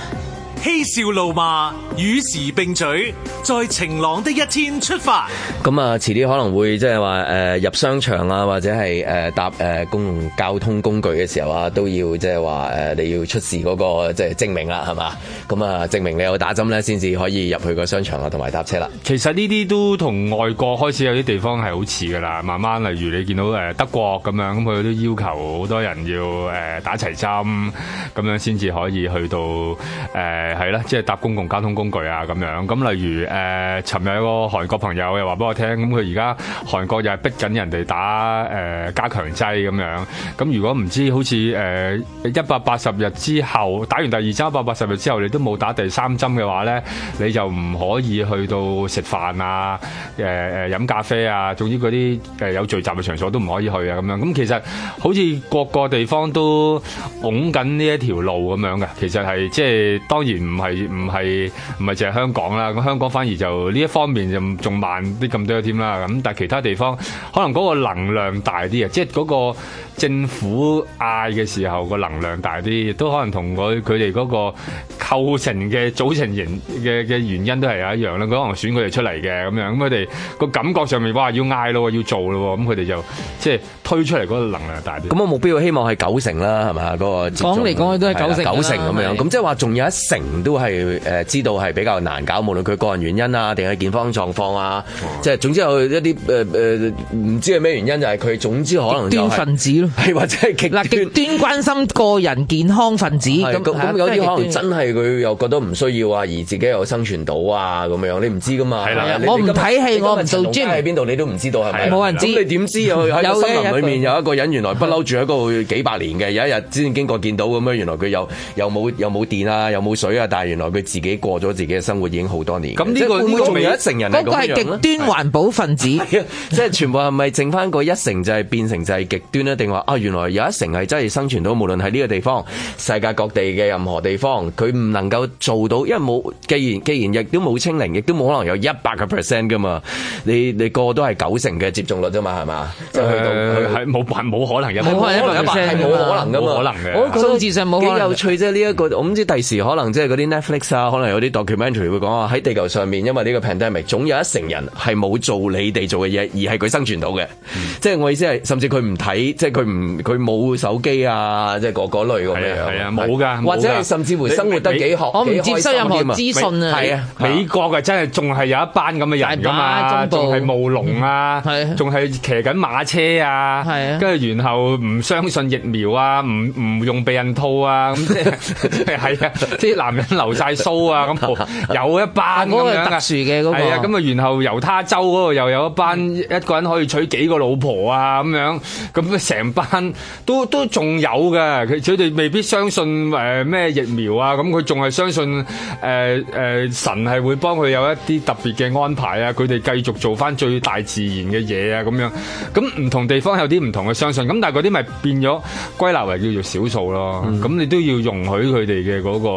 A: 嬉笑怒罵，與時並舉，在晴朗的一天出發。
B: 咁啊，遲啲可能會即係話誒入商場啊，或者係誒、呃搭誒、呃公共交通工具嘅時候啊，都要即係話誒你要出示嗰、個即係證明啦，係嘛？咁啊，證明你有打針咧，先至可以入去個商場啊，同埋搭車啦。
C: 其實呢啲都同外國開始有啲地方係好似噶啦，慢慢例如你見到誒德國咁樣，咁佢都要求好多人要誒打齊針，咁樣先至可以去到誒係啦，即係搭公共交通工具啊咁樣。咁例如誒，尋日有個韓國朋友又話俾我聽，咁佢而家韓國又係逼緊人哋打誒加強劑咁樣。咁如果唔知好似誒一百八十日之後打完第二針一百八十日之後，你都冇打第三針嘅話咧，你就唔可以去到食飯啊、誒、誒飲咖啡啊，總之嗰啲誒有聚集嘅場所都唔可以去啊咁樣。咁其實好似各個地方都拱緊呢一條路咁樣嘅，其實係即係當然唔係唔係唔係淨係香港啦。咁香港反而就呢一方面就仲慢啲咁多添啦。咁但係其他地方可能嗰個能量大啲啊，即係嗰個政府嗌嘅時候個能量大啲，亦都可能同佢佢哋嗰個構成嘅組成形嘅嘅原因都係有一樣啦。佢可能選佢哋出嚟嘅咁樣，咁佢哋個感覺上面哇要嗌咯，要做咯，咁佢哋就即係推出嚟嗰個能量大啲。
B: 咁我目標希望係九成啊啦，係嘛？嗰個接種啊
D: 講嚟講去都係九成
B: 係啦九成咁
D: 係
B: 樣。咁即係話仲有一成都係誒知道係比較難搞，無論佢個人原因啊，定係健康狀況啊，
D: 哦
B: 即係總之有一啲誒誒唔知係咩原因，就係佢總之可能就
D: 端
B: 係
D: 分子啊咯，
B: 係 *laughs* 或者係極
D: 嗱，極端關心個人健康分子
B: 係
D: 咁，
B: 咁
E: 啊
D: 嚇
B: 咁有
D: 都係極
B: 啲可能
D: 端
B: 真係佢又覺得唔需要啊，而自己又生存到啊咁樣，你唔知噶嘛。係
D: 係啊我唔睇戲我唔做 gym
B: 喺邊度你都唔知道係咪？啊
D: 冇人知
B: 咁你點知啊？喺個
D: 有嘅
B: 森林裏面
D: 有
B: 有一個人原來不嬲住喺嗰度幾百年嘅，有一日之前經過見到咁樣，原來佢又又冇又冇電啊，又冇水啊，但係原來佢自己過咗自己嘅生活已經好多年。
D: 咁呢
B: 即係
D: 個
B: 會唔會
D: 呢個
B: 仲
D: 未
B: 有一成人
D: 嗰個係極端環保分
B: *laughs*
D: 子，
B: 啊即係全部係咪剩翻嗰一成就係變成就係極端咧？定話啊，原來有一成係真係生存到，無論喺呢個地方、世界各地嘅任何地方，佢唔能夠做到，因為冇既然既然亦都冇清零，亦都冇可能有一百個 percent 噶嘛。你你個個都係九成嘅接種率啫嘛，係嘛？即係去到
C: 誒
B: 去
C: 係呃冇辦冇可能嘅，
B: 係冇可能
C: 一百
B: 100%係冇可能㗎嘛
C: 冇可能嘅。
B: 我都覺得
D: 數字上冇可能
B: 幾有趣啫，呢一個我唔知第時可能即係嗰啲 Netflix 啊，可能有啲 documentary 會講啊，喺地球上面，因為呢個 pandemic，總有一成人係冇做你哋做嘅嘢，而係佢生存到嘅。
D: 嗯
B: 即係我意思係，甚至佢唔睇，即係佢唔佢冇手機啊，即係嗰嗰類咁樣。
C: 係啊冇㗎
B: 或者
C: 冇
B: 係
C: 㗎
B: 甚至乎生活得幾學，
D: 我唔
B: 幾開
D: 接收
B: 心
D: 任何
B: 添
D: 資訊啊
B: 係啊，
C: 美國嘅真係仲係有一班咁嘅人噶
D: 大
C: 嘛，
D: 把中
C: 仲
D: 部嗯
C: 係務農啊，仲係騎緊馬車啊，跟住然後唔相信疫苗啊，唔唔用避孕套啊，咁即係 *laughs* 係啊，啲男人留晒須啊，咁有一班咁
D: 嗰個
C: 樣啊
D: 係特殊嘅嗰個嗯
C: 係啊，咁啊，然後猶他州嗰度又有一班一個人可以娶幾個老婆啊，咁樣咁成班都都仲有嘅，佢佢哋未必相信誒咩、疫苗啊，咁佢仲係相信誒誒、呃呃神係會幫佢有一啲特別嘅安排啊，佢哋繼續做翻最大自然嘅嘢啊，咁樣咁唔同地方有啲唔同嘅相信，咁但係嗰啲咪變咗歸納為叫做少數咯，
D: 嗯
C: 咁、你都要容許佢哋嘅嗰個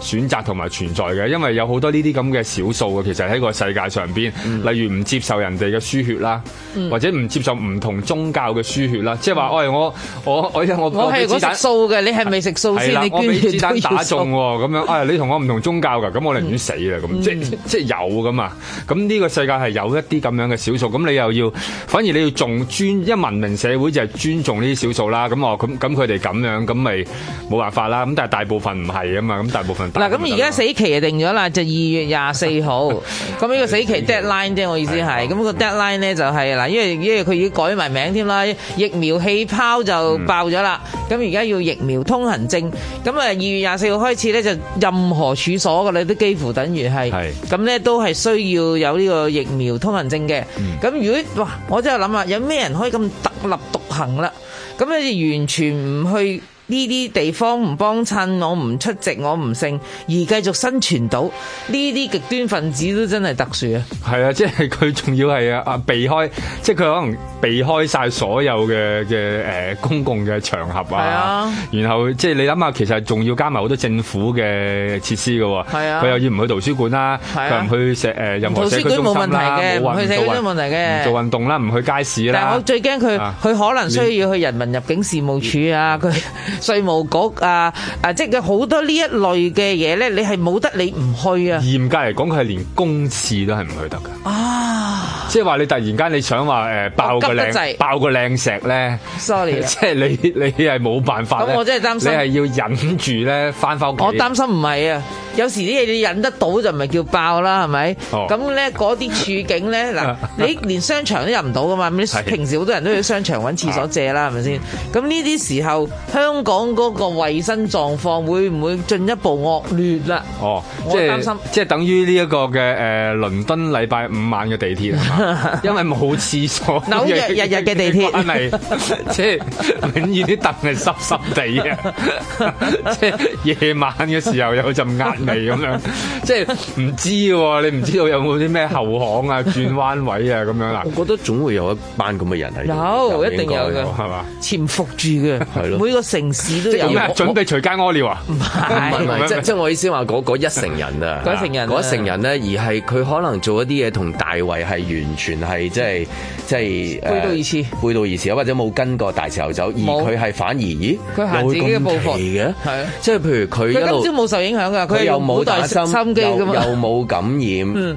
C: 選擇同埋存在嘅，因為有好多呢啲咁嘅少數嘅，其實喺個世界上邊，例如唔接受人哋嘅輸血啦，
D: 嗯
C: 或者唔接受唔同宗教嘅輸血啦，即係話，喂，我我我我
D: 我係
C: 俾子
D: 嗰
C: 彈
D: 食素嘅，你係咪食素
C: 係
D: 先？
C: 啦
D: 你
C: 我
D: 捐
C: 俾
D: 血
C: 子
D: 都
C: 彈
D: 要
C: 打
D: 素
C: 中喎，咁樣啊，你同我唔同宗教㗎，咁我寧願死啦，咁即
D: 嗯
C: 係即係有噶嘛。咁呢個世界係有一啲咁樣嘅少數，咁你又要，反而你要重尊，因為文明社會就係尊重呢啲少數啦。咁我咁咁佢哋咁樣，咁咪冇辦法啦。咁但係大部分唔係啊嘛，咁大部分
D: 嗱，咁而家死期就定咗啦，就二月廿四 *laughs* 號。咁呢個死期 deadline 啫，我意思係。咁個 deadline 咧就係嗱，因為因為佢已經改埋名添啦，疫苗氣泡就爆咗啦。咁而家要疫苗通行證。咁啊，二月廿四號開始咧，就任何處所嘅咧都幾乎等於係。咁咧都係需要有呢個疫苗通行證嘅。咁如果哇，我真係諗啊，有咩人可以咁特立獨行啦？咁你完全唔去。呢啲地方唔幫襯，我唔出席，我唔勝，而繼續生存到呢啲極端分子都真係特殊啊！
C: 係啊，即係佢仲要係啊啊避開，即係佢可能避開晒所有嘅嘅誒公共嘅場合
D: 係
C: 啊
D: 啊，
C: 然後即係你諗下，其實仲要加埋好多政府嘅設施嘅喎，
D: 係啊
C: 佢又要唔去圖書館啦，
D: 係
C: 佢
D: 啊
C: 唔去社誒任何
D: 圖
C: 社
D: 書
C: 區
D: 館
C: 中
D: 冇
C: 心
D: 問題
C: 啦，
D: 嘅，唔
C: 冇
D: 去社區
C: 運啊
D: 都冇問題
C: 唔做
D: 嘅。
C: 運動啦，唔去街市
D: 但係我
C: 啦。
D: 最驚佢，
C: 啊嗯
D: 佢可能需要去人民入境事務處啊，佢 *laughs* 稅務局啊，啊，即係佢好多呢一類嘅嘢咧，你係冇得你唔去啊！
C: 嚴格嚟講，佢係連公廁都係唔去得㗎。
D: 啊
C: 即係話你突然間你想話誒爆個
D: 急得
C: 靚
D: 滯
C: 爆個靚石咧
D: Sorry 啊
C: *laughs* *laughs* 即係你你係冇辦法咧。
D: 咁我真係擔心
C: 你係要忍住咧翻返屋企。
D: 我擔心唔係啊，有時啲嘢你忍得到就唔係叫爆啦，係咪？
C: 哦
D: 咁咧嗰啲處境 *laughs* 咧，嗱你連商場都入唔到噶嘛，你
C: 係
D: 平時好多人都去商場揾廁所借啦，係咪先？咁呢啲時候，香港嗰個衞生狀況會唔會進一步惡劣啦？
C: 哦，
D: 我
C: 即
D: 擔
C: 係
D: 心
C: 即係等於呢一個嘅誒、呃、倫敦禮拜五晚嘅地鐵
D: *laughs*
C: 係嘛，因為冇廁所嘅，
D: 紐約 *laughs* 日日嘅地 *laughs* 鐵
C: 關係哦
D: *laughs*
C: 即係永
D: *laughs*
C: 遠啲凳係濕濕地嘅，即係夜晚嘅時候有陣壓嚟咁樣，即係唔知喎，你唔知道有冇啲咩後巷啊、轉彎位啊咁樣啦。
B: 我覺得總會有一班咁嘅人喺度，
D: 有一定有嘅
B: 應該係嘛？
D: 潛伏住嘅，
B: 係咯
D: 每個城市都
B: 即係
D: 有。
B: 咁啊準
C: 備隨街屙尿
D: *laughs*
C: 啊？
D: 唔
B: 唔 *laughs* 係唔係，
D: 係，
B: 即即我意思話嗰嗰一成人啊，
D: *laughs* 嗰一成人啊
B: 嗰一成人咧，而係佢可能做一啲嘢同大衛係完全係即係即係呃
D: 背道而馳，
B: 背道而馳，或者冇跟過大潮流走，而
D: 冇
B: 佢係反而咦，
D: 佢行自己嘅步伐
B: 又會咁奇嘅，
D: 係啊
B: 即係譬如佢
D: 佢
B: 一路
D: 今朝冇受影響㗎，
B: 佢
D: 佢
B: 又冇
D: 袋
B: 打
D: 心
B: 針，
D: 心機㗎嘛嗯
B: 又又冇感染，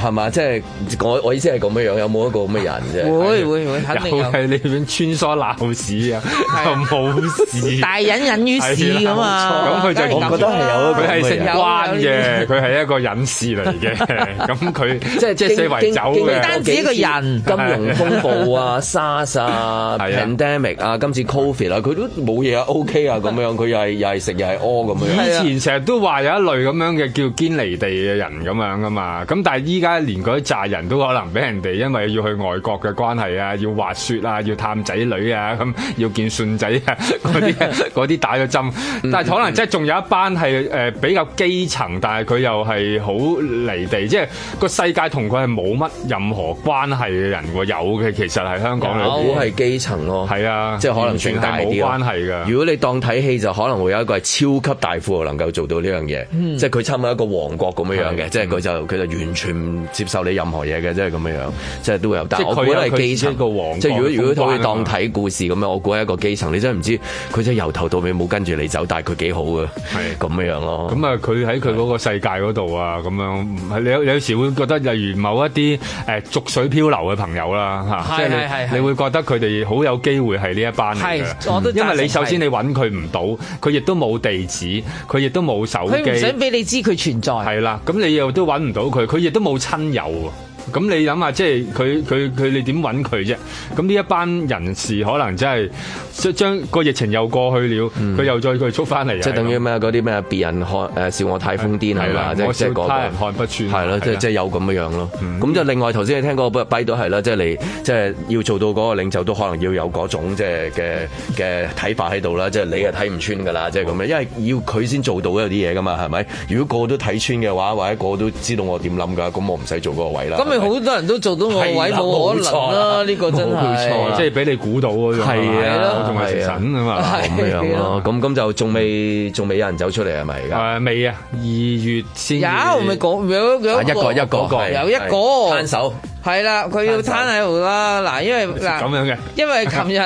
B: 係嘛？即係我我意思係咁樣樣，有冇一個咁嘅人啫？
D: 會會會肯定有
C: 又係你邊穿梭鬧市啊，又冇事。
D: 大隱隱於 *laughs* 市咁啊。
C: 係啦冇錯咁佢就
D: 梗係咁啦
C: 佢係食關
D: 有有
C: 嘅，佢係一個隱士嚟嘅。咁佢
B: *laughs*
C: 即係即係四圍走
B: 經
C: 嘅，
B: 單止一
C: *laughs*
B: 個人金融風 *laughs* 暴啊、SARS 啊、pandemic 啊、今次 Covid 啊，佢都冇嘢啊，OK 啊咁樣，佢又係又係食又係屙咁樣。
C: 以前成日都話有一類咁樣嘅叫堅離地嘅人咁樣噶嘛，咁但係依家連嗰扎人都可能俾人哋因為要去外國嘅關係啊，要滑雪啊，要探仔女啊，咁要見孫仔啊， *laughs* 嗰
B: *laughs*
C: 啲嗰啲打咗針，
B: 嗯
C: 但係可能即係仲有一班係誒比較基層，但係佢又係好離地，即係個世界同佢係冇乜任何關係嘅人喎，有嘅其實係香港裏邊
B: 有係基層咯，
C: 係 *laughs* 啊，
B: 即係可能
C: 完全
B: 仲大
C: 係冇
B: 啲咯
C: 關係㗎。
B: 如果你當睇戲就可能會有一個係超級大富豪能夠做到呢樣嘢，
C: 嗯
B: 即係佢差唔多一個王國咁樣樣嘅，即係佢就佢就完全唔接受你任何嘢嘅，即係咁樣樣，即係都會有。但
C: 即
B: 係
C: 係
B: 我
C: 佢
B: 估
C: 有
B: 係
C: 佢
B: 基
C: 自己
B: 層
C: 一個王國
B: 即係如果如果
C: 嘅風
B: 佢
C: 範啊
B: 當睇故事咁樣，我估係一個基層，你真係唔知佢真係由頭到尾冇跟住你走，但係佢幾好嘅，咁樣樣咯。
C: 咁啊，佢喺佢嗰個世界嗰度啊，咁樣係你有有時會覺得，例如某一啲誒逐水漂流嘅朋友啦，
D: 係
C: 嚇，即係
D: 係係
C: 你
D: 係
C: 你會覺得佢哋好有機會係呢一班嚟
D: 係我都
C: 嘅，嗯因
D: 贊
C: 為
D: 成
C: 你首先
D: 係
C: 你揾佢唔到，佢亦都冇地址，佢亦都冇手
D: 佢唔想
C: 機，
D: 俾你知佢存在。
C: 係啦，咁你又都揾唔到佢，佢亦都冇親友喎。咁你諗下，即係佢佢佢你點揾佢啫？咁呢一班人士可能真係將將個疫情又過去了，佢又再佢捉翻嚟，
B: 嗯
C: 啊
B: 即係等於咩啊嗰啲咩別人看誒笑我太瘋癲係
C: 係
B: 嘛，
C: 啦
B: 即係
C: 我
B: 即係
C: 笑
B: 嗰個
C: 他人看不穿
B: 係咯，即
C: 係
B: 係
C: 啦嗯
B: 即係有咁嘅樣咯。咁就另外頭先你聽嗰個跛到係啦，即係你即係要做到嗰個領袖都可能要有嗰種即係嘅嘅睇法喺度啦，即係你係睇唔穿㗎啦，即係咁樣，因為要佢先做到有啲嘢㗎嘛，係咪？如果個個都睇穿嘅話，或者個個都知道我點諗㗎，咁我唔使做嗰個位啦。
D: 咁咪好多人都做到我位，
B: 係啦
D: 冇可
B: 冇錯
D: 能啦！呢個真係
C: 即係俾你估到嗰種
B: 啊係啊
C: 我仲係食神啊嘛，
B: 咁樣咯。咁咁就仲未仲未有人走出嚟係咪而家？
C: 誒未啊，二月先
D: 有咪講有有
B: 啊一個一個係
D: 有一個
B: 係攤手
D: 係啦，佢要攤喺度啦。嗱，因為嗱
C: 咁樣嘅
D: 因為琴日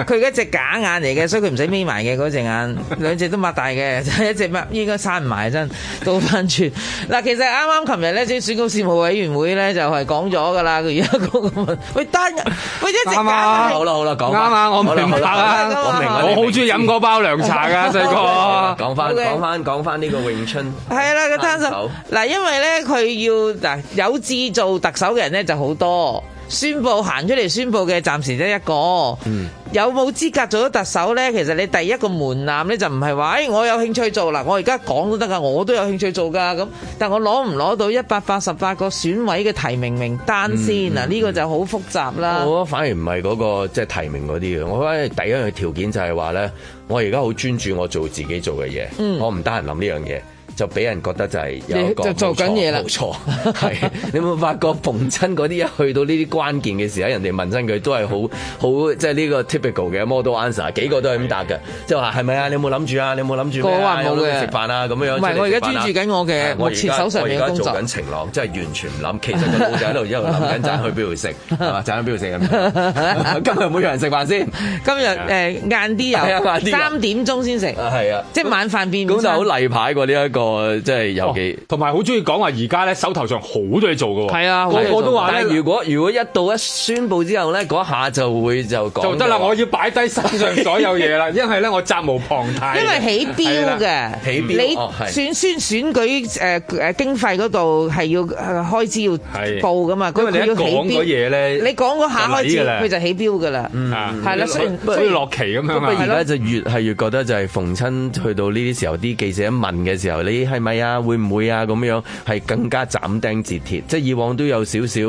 D: 佢嗰隻假眼嚟嘅，所以佢唔使眯埋嘅嗰隻眼，兩隻都擘大 *laughs* 嘅，就一隻擘應該閂唔埋真，倒翻轉。嗱，其實啱啱琴日咧，即係選舉事務委員會咧就係講咗噶啦，佢而家嗰個問喂單人喂一隻假
C: 啱啊
D: 眼
B: 好啦好啦，講
C: 啱啊，我明白啦，
B: 我明
C: 我好中意飲嗰包涼茶噶細個。
B: 講翻
D: OK
B: 講翻講翻呢個詠春，
D: 係啦，個
B: 單
D: 攤
B: 手
D: 手嗱，因為咧佢要嗱有志做特首嘅人咧就好多，宣佈行出嚟宣佈嘅暫時得一個。
B: 嗯
D: 有冇資格做咗特首呢？其實你第一個門檻咧就唔係話，誒哎我有興趣做啦，我而家講都得噶，我都有興趣做噶咁。但我攞唔攞到一百八十八個選委嘅提名名單
B: 嗯
D: 先啊？呢個就好複雜啦。
B: 我反而唔係嗰個即係提名嗰啲嘅，我反而第一樣條件就係話咧，我而家好專注我做自己做嘅嘢，我唔得閒諗呢樣嘢。就俾人覺得就係有一個
D: 嗯你就做緊嘢啦
B: 冇錯， *laughs* 冇錯係你有冇發覺逢親嗰啲一去到呢啲關鍵嘅時候，人哋問親佢都係好好即係呢個 typical 嘅 model answer，幾個都係咁答嘅，即係話係咪啊？你有冇諗住啊？你有冇諗住咩
D: 個個
B: 啊？
D: 話
B: 有
D: 冇
B: 冇
D: 嘅
B: 諗住食飯啊？咁樣樣
D: 唔係
B: 出嚟
D: 我而家
B: 食飯啊
D: 專注緊我嘅
B: 係我而
D: 目
B: 家
D: 前手上面嘅工作
B: 我而家做緊晴朗，即係完全唔諗。其實個腦就喺度一路諗
D: *laughs*
B: 緊賺去邊度食，係嘛？賺去邊度食咁。今日有冇有人食飯先？啊
D: 今日誒晏
B: 係啊
D: 啲
B: 晏啲
D: 有
B: 有
D: 三點鐘先食，
B: 啊，係啊。
D: 即係晚飯變午
B: 咁就
D: 餐
B: 好例牌過呢一個，即係尤其。
C: 哦同埋好中意講話，而家咧手頭上好多嘢做嘅喎，
D: 係啊好多嘢
C: 個
D: 做
C: 個都話
B: 但係
C: 咧
B: 如果如果一到一宣佈之後咧，嗰下就會就講
C: 就得啦，我要擺低身上所有嘢啦，因為咧我責無旁貸。
B: *laughs*
D: 因為起標
C: 係啦
D: 嘅，
B: 起標
D: 你
B: 哦係
D: 選選選舉誒誒經費嗰度係要誒開支
C: 係
D: 要報噶嘛，佢
C: 因為
D: 佢
C: 你一
D: 要起
C: 講嗰
D: 標。
C: 嘢咧，
D: 你講嗰下開
C: 就
D: 支，
C: 嚟㗎啦
D: 佢就起標噶啦。
B: 啊
D: 係啦，雖然
C: 嗯所以落棋咁樣
B: 不過而
C: 啊。
B: 家就越係越覺得就係逢親去到呢啲時候，啲記者問嘅時候，你你係咪啊？會唔會啊？咁樣係更加斬釘截鐵，即係以往都有少少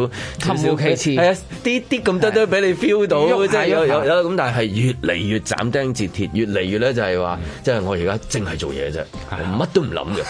D: 含糊其辭
B: 係啊，啲啲咁多都俾你 feel 到，
D: 喐
B: 即
D: 下
B: 係有
D: 喐下
B: 有有咁，但係越嚟越斬釘截鐵，越嚟越咧就係話，即係我而家淨係做嘢啫，我乜都唔諗嘅。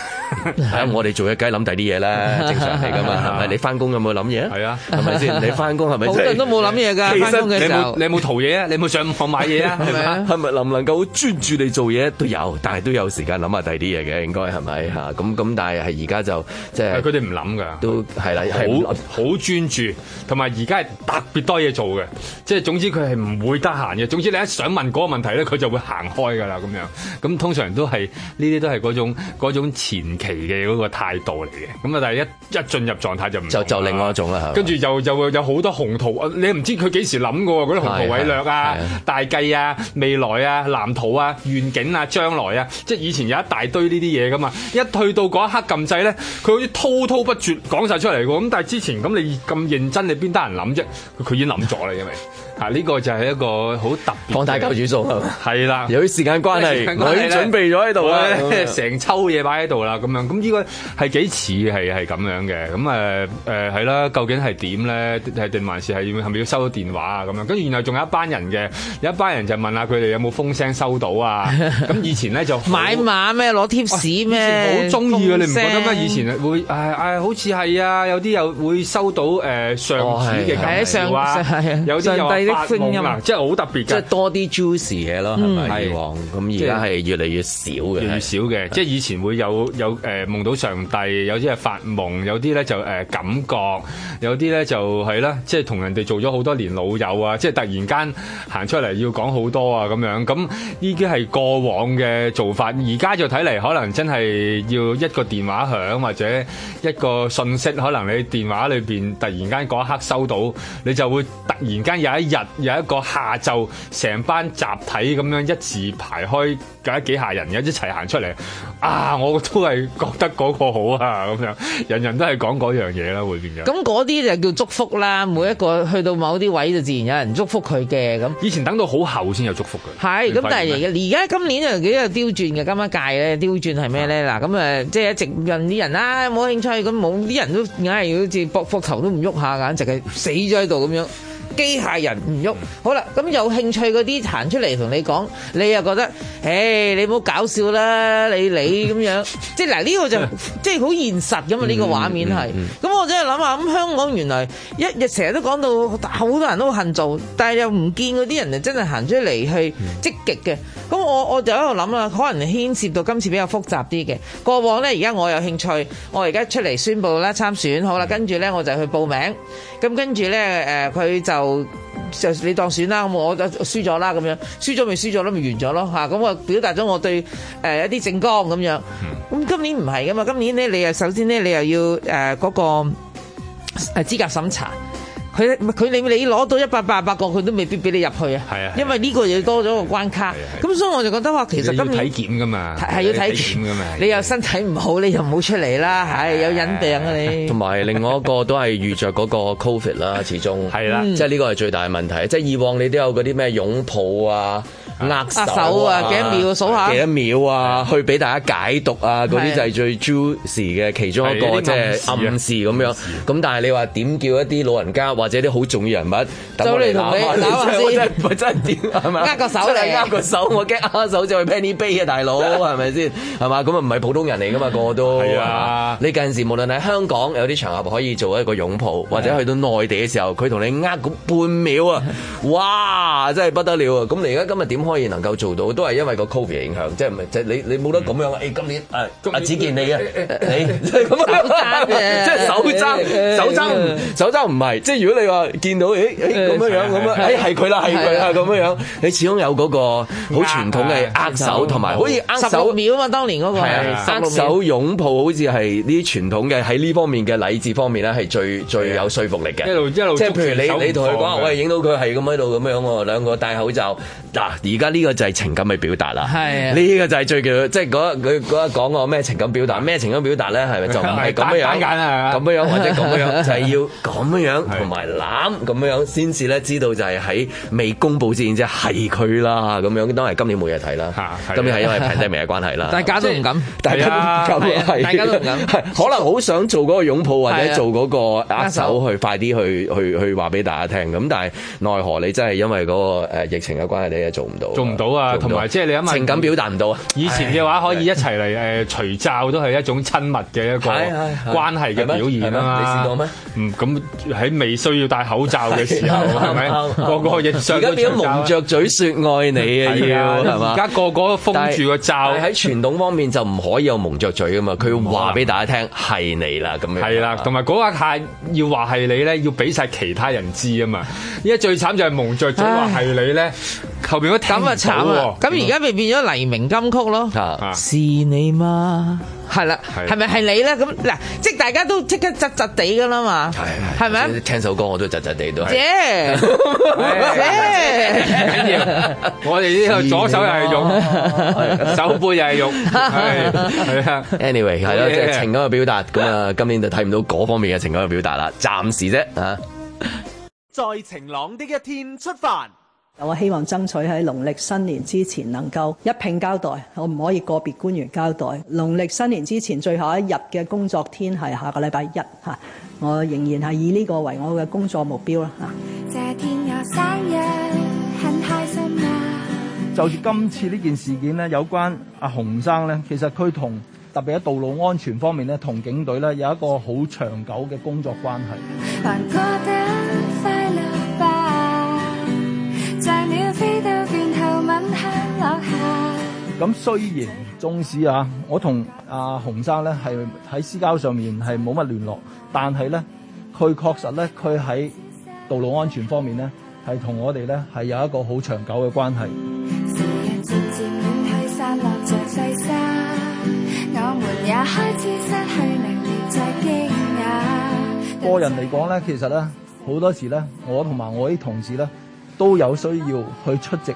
B: 係啊，我哋做嘢梗係諗第啲嘢啦，正常嚟㗎嘛，係咪？你翻工有冇諗嘢啊？係啊，係咪先？你翻工係咪真係？
D: 好多人都冇諗嘢㗎
B: 其實
D: 返工嘅時候
B: 你有冇淘嘢啊？你有冇上網買嘢啊？
D: 係
B: 係
D: 咪
B: 咪
D: 啊
B: 啊？係咪能唔能夠專注你做嘢都有，但係都有時間諗下第二啲嘢嘅，應該係咪嚇？咁咁，但係係而家就即係
C: 佢哋唔諗㗎，
B: 都 *laughs* 係啦，係唔
C: 好好專注，同埋而家係特別多嘢做嘅，即係總之佢係唔會得閒嘅。總之你一想問嗰個問題咧，佢就會行開㗎啦咁樣。咁通常都係呢啲都係嗰種嗰種前期嘅嗰個態度嚟嘅。咁啊，但係一一進入狀態就唔就就另外
B: 一種啦
C: 跟住又又有好多宏圖，呃你唔知佢幾時諗㗎喎，嗰啲宏圖偉略啊、大計啊、未來啊、藍圖啊、願景啊、將來啊，即係以前有一大堆呢啲嘢噶嘛。一去到嗰一刻撳掣咧，佢好似滔滔不絕講晒出嚟喎。咁但係之前咁你咁認真，你邊得人諗啫？佢佢已經諗咗啦，因為啊呢個就係一個好特別嘅
B: 放大教主數啊
C: 係啦，
B: 由於時間關係
C: 時間關係
B: 我已經
C: 咧
B: 準備咗喺度啦
C: 我咧
B: 咁樣
C: *laughs* 成抽嘢擺喺度啦，咁樣咁呢個係幾似係係咁樣嘅，咁誒誒係啦，究竟係點咧？係定還是係要係咪要收到電話啊？咁樣跟住然後仲有一班人嘅，有一班人就問下佢哋有冇風聲收到
B: *laughs*
C: 啊？咁以前咧就好
D: 買馬咩，攞貼士咩，
C: 好中意啊嘅，你唔覺得
D: 風
C: 咩？
D: 聲
C: 以前會誒誒、唉唉好似係啊，有啲又會收到誒、呃上
B: 哦
C: 紙
B: 係
C: 嘅
B: 係啊
C: 感召啊
B: 上 *laughs* 係啊，
C: 有啲又
B: 上帝
C: 話
B: 的
C: 發
B: 聲音
C: 夢啊，即係好特別㗎，
B: 即係多啲 juicy 嘢咯，係咪？
C: 嗯
B: 以往咁而家係越嚟越少嘅，
C: 越嚟越少嘅，即係以前會有有誒、呃、夢到上帝，有啲係發夢，有啲咧就誒、呃感覺，有啲咧就係啦，即係同人哋做咗好多年老友啊，即係突然間行出嚟要講好多啊咁樣，咁呢啲係過往嘅做法，而家就睇嚟可能真係要一個電話響或者啊一個信息，可能你電話裏邊突然間嗰一刻收到，你就會突然間有一日有一個下晝，成班集體咁樣一字排開，有幾下人嘅一齊行出嚟，啊！我都係覺得嗰個好啊，咁樣人人都係講嗰樣嘢啦，會變咗。
D: 咁嗰啲就叫祝福啦，每一個去到某啲位就自然有人祝福佢嘅咁。
C: 以前等到好後先有祝福嘅，
D: 係，
C: 你
D: 咁
C: 發
D: 但
C: 現
D: 係
C: 咩
D: 而家今年又幾有刁轉嘅，今一屆咧刁轉係咩
C: 啊
D: 咧？嗱，咁誒即係一直問啲人啦，冇興趣，咁冇啲人都硬係好似膊膊頭都唔喐下，簡直係死咗喺度咁樣。機械人唔
C: 嗯
D: 喐，好啦，咁有興趣嗰啲彈出嚟同你講，你又覺得，誒，你唔好搞笑啦，你你咁樣，即係嗱呢個
C: *laughs*
D: 就即係好現實咁嘛，呢個畫面係。咁我真係諗下，咁香港原來一日成日都講到好多人都恨做，但係又唔見嗰啲人就真係行出嚟去積極嘅。咁我我就喺度諗啦，可能牽涉到今次比較複雜啲嘅。過往呢，而家我有興趣，我而家出嚟宣佈啦參選，好啦，跟住呢，我就去報名。咁跟住呢，誒、佢就就你當選啦，咁我就輸咗啦咁樣，輸咗咪輸咗咯，咪完咗咯嚇。咁我表達咗我對誒、呃一啲政綱咁樣。咁今年唔係噶嘛，今年呢，你又首先呢，你又要誒呃嗰、個。誒資格審查。佢佢你你攞到一百八百個，佢都未必俾你入去啊！
C: 係啊係啊
D: 因為呢個又多咗個關卡，咁所以我就覺得話其實
C: 你要
D: 今
C: 體
D: 年
C: 檢噶嘛，
D: 係要體
C: 檢噶嘛。
D: 你又身體唔好，你就唔好出嚟啦，唉，有隱病啊你。
B: 同埋另外一個都係遇着嗰個 Covid 啦，始終係
D: 啦嗯
B: 即係呢個係最大嘅問題。即係以往你都有嗰啲咩擁抱啊、握手
D: 手啊幾多秒數下
B: 幾多秒啊，去俾大家解讀啊，嗰
D: 係
B: 啲就係最 juicy 嘅其中一
D: 係
B: 個
D: 有啲
B: 即係
D: 暗示啊
B: 暗示咁樣。咁但係你話點叫一啲老人家或者啲好重要人物等我
D: 走嚟同你
B: 攬
D: 攬
B: 下
D: 下
B: 真係
D: 先
B: 我 *laughs* 真係我真係點係咪啊
D: 握個手
B: 真係
D: 嚟
B: 握個手，我驚握手就去 Penny Bay 啊，大佬係咪先？係嘛？咁啊唔係普通人嚟噶嘛，個個都
C: 係啊
B: 係嘛你近時無論喺香港有啲場合可以做一個擁抱，或者去到內地嘅時候，佢同你呃嗰半秒啊，哇！真係不得了啊！咁你而家今日點可以能夠做到？都係因為個 Covid 嘅影響，即係唔係即係你你冇得咁樣啊！誒，今年誒阿子健你啊，你即係咁樣
D: 啊
B: 即係手
D: 誒
B: 踭手踭唔嗯手踭唔係，即係如果你話見到誒誒咁樣樣咁樣，誒係佢啦係啊佢啦咁樣樣，你始終有嗰個好傳統嘅啊握手同埋好似握
D: 十六
B: 手。
D: 秒啊嘛，當年嗰個
B: 係啊，握
D: 16秒
B: 手擁抱好似係呢啲傳統嘅喺呢方面嘅禮節方面咧，係最最有說服力嘅。
C: 啊一路一路
B: 即係
C: 捉住
B: 譬
C: 手
B: 如
C: 唔
B: 你你同佢
C: 放
B: 講，
C: 嘅
B: 喂，影到佢係咁喺度咁樣喎，兩個戴口罩。嗱，而家呢個就係情感嘅表達啦。
D: 係啊
B: 呢個就係最叫即係嗰佢嗰一講我咩情感表達，咩情感表達咧係咪就唔係咁樣
C: 打打眼啊 *laughs*
B: 樣，咁樣樣或者咁樣樣，就係要咁樣樣同埋埋攬咁樣，先至咧知道就係喺未公佈之前即係佢啦咁樣。當然今年冇嘢睇啦，
C: 啊
B: 今年係因為 pandemic 嘅
C: *laughs*
B: 關啊係啦，
D: 啊大家都唔敢
B: 大家都唔敢
D: 係啊
B: 係
D: 大家都唔敢
B: *laughs* 係可能好想做嗰個擁抱或
D: 係
B: 者
D: 啊
B: 做嗰個握手
D: 握
B: 去快啲去去去話俾大家聽。咁但係奈何你真係因為嗰個呃誒疫情嘅關係，你係做唔到，
C: 做唔到啊同埋即係你諗下
B: 情感表達唔到啊。
C: 以前嘅話可以一齊嚟誒除罩都係一種親密嘅一個
B: 係係係
C: 關係嘅表現啊嘛！
B: 係咩
C: 你試過咩？嗯，咁喺未需要戴口罩嘅時候，
B: 係
C: 係咪
B: *laughs* 啱啱
C: 個個影相
B: 而家
C: 都
B: 變咗
C: 除罩啊
B: 蒙着嘴說愛你啊，
C: 係啊
B: 要係嘛？
C: 而家個個封住個罩
B: 但係喺傳統方面就唔可以有蒙着嘴噶嘛，佢要話俾大家聽係你啦咁樣。
C: 係啦，同埋嗰一下要話係你咧，要俾晒其他人知啊嘛！依家最慘就係蒙着嘴話係你咧，後邊嗰聽
D: 咁啊慘啊！咁而家咪變咗黎明金曲咯，
C: 啊
D: 啊是你嗎？係啦，
B: 係
D: 係咪係你咧？咁嗱，即係大家都即刻窒窒地噶啦嘛，係咪啊？
B: 聽首歌我都窒窒地都係。
D: 姐，姐，
C: 緊要，我哋呢度左手又係肉，手背又係肉，係係啊。
B: *laughs* Anyway，係咯，
C: 好嘢
B: 即係情感嘅表達咁啊，今年就睇唔到嗰方面嘅情感嘅表達啦，暫時啫啊。
F: 在晴朗的一天出發。
H: 我希望爭取喺農曆新年之前能夠一並交代，我唔可以個別官員交代。農曆新年之前最後一日嘅工作天係下個禮拜一嚇，我仍然係以呢個為我嘅工作目標啦嚇。
N: 這天有生日，很開心啊！
O: 就住今次呢件事件呢，有關阿洪生呢，其實佢同特別喺道路安全方面呢，同警隊呢有一個好長久嘅工作關係。
N: 還過得快樂吧，像鳥飛到倦後吻向落下。
O: 咁雖然縱使啊，我同阿洪生呢係喺私交上面係冇乜聯絡，但係呢，佢確實呢，佢喺道路安全方面呢，係同我哋呢係有一個好長久嘅關係。
N: 時日漸漸遠去，散落像細沙，我們也開始失去能力，再驚訝。
O: 個人嚟講咧，其實咧好多時咧，我同埋我啲同事咧都有需要去出席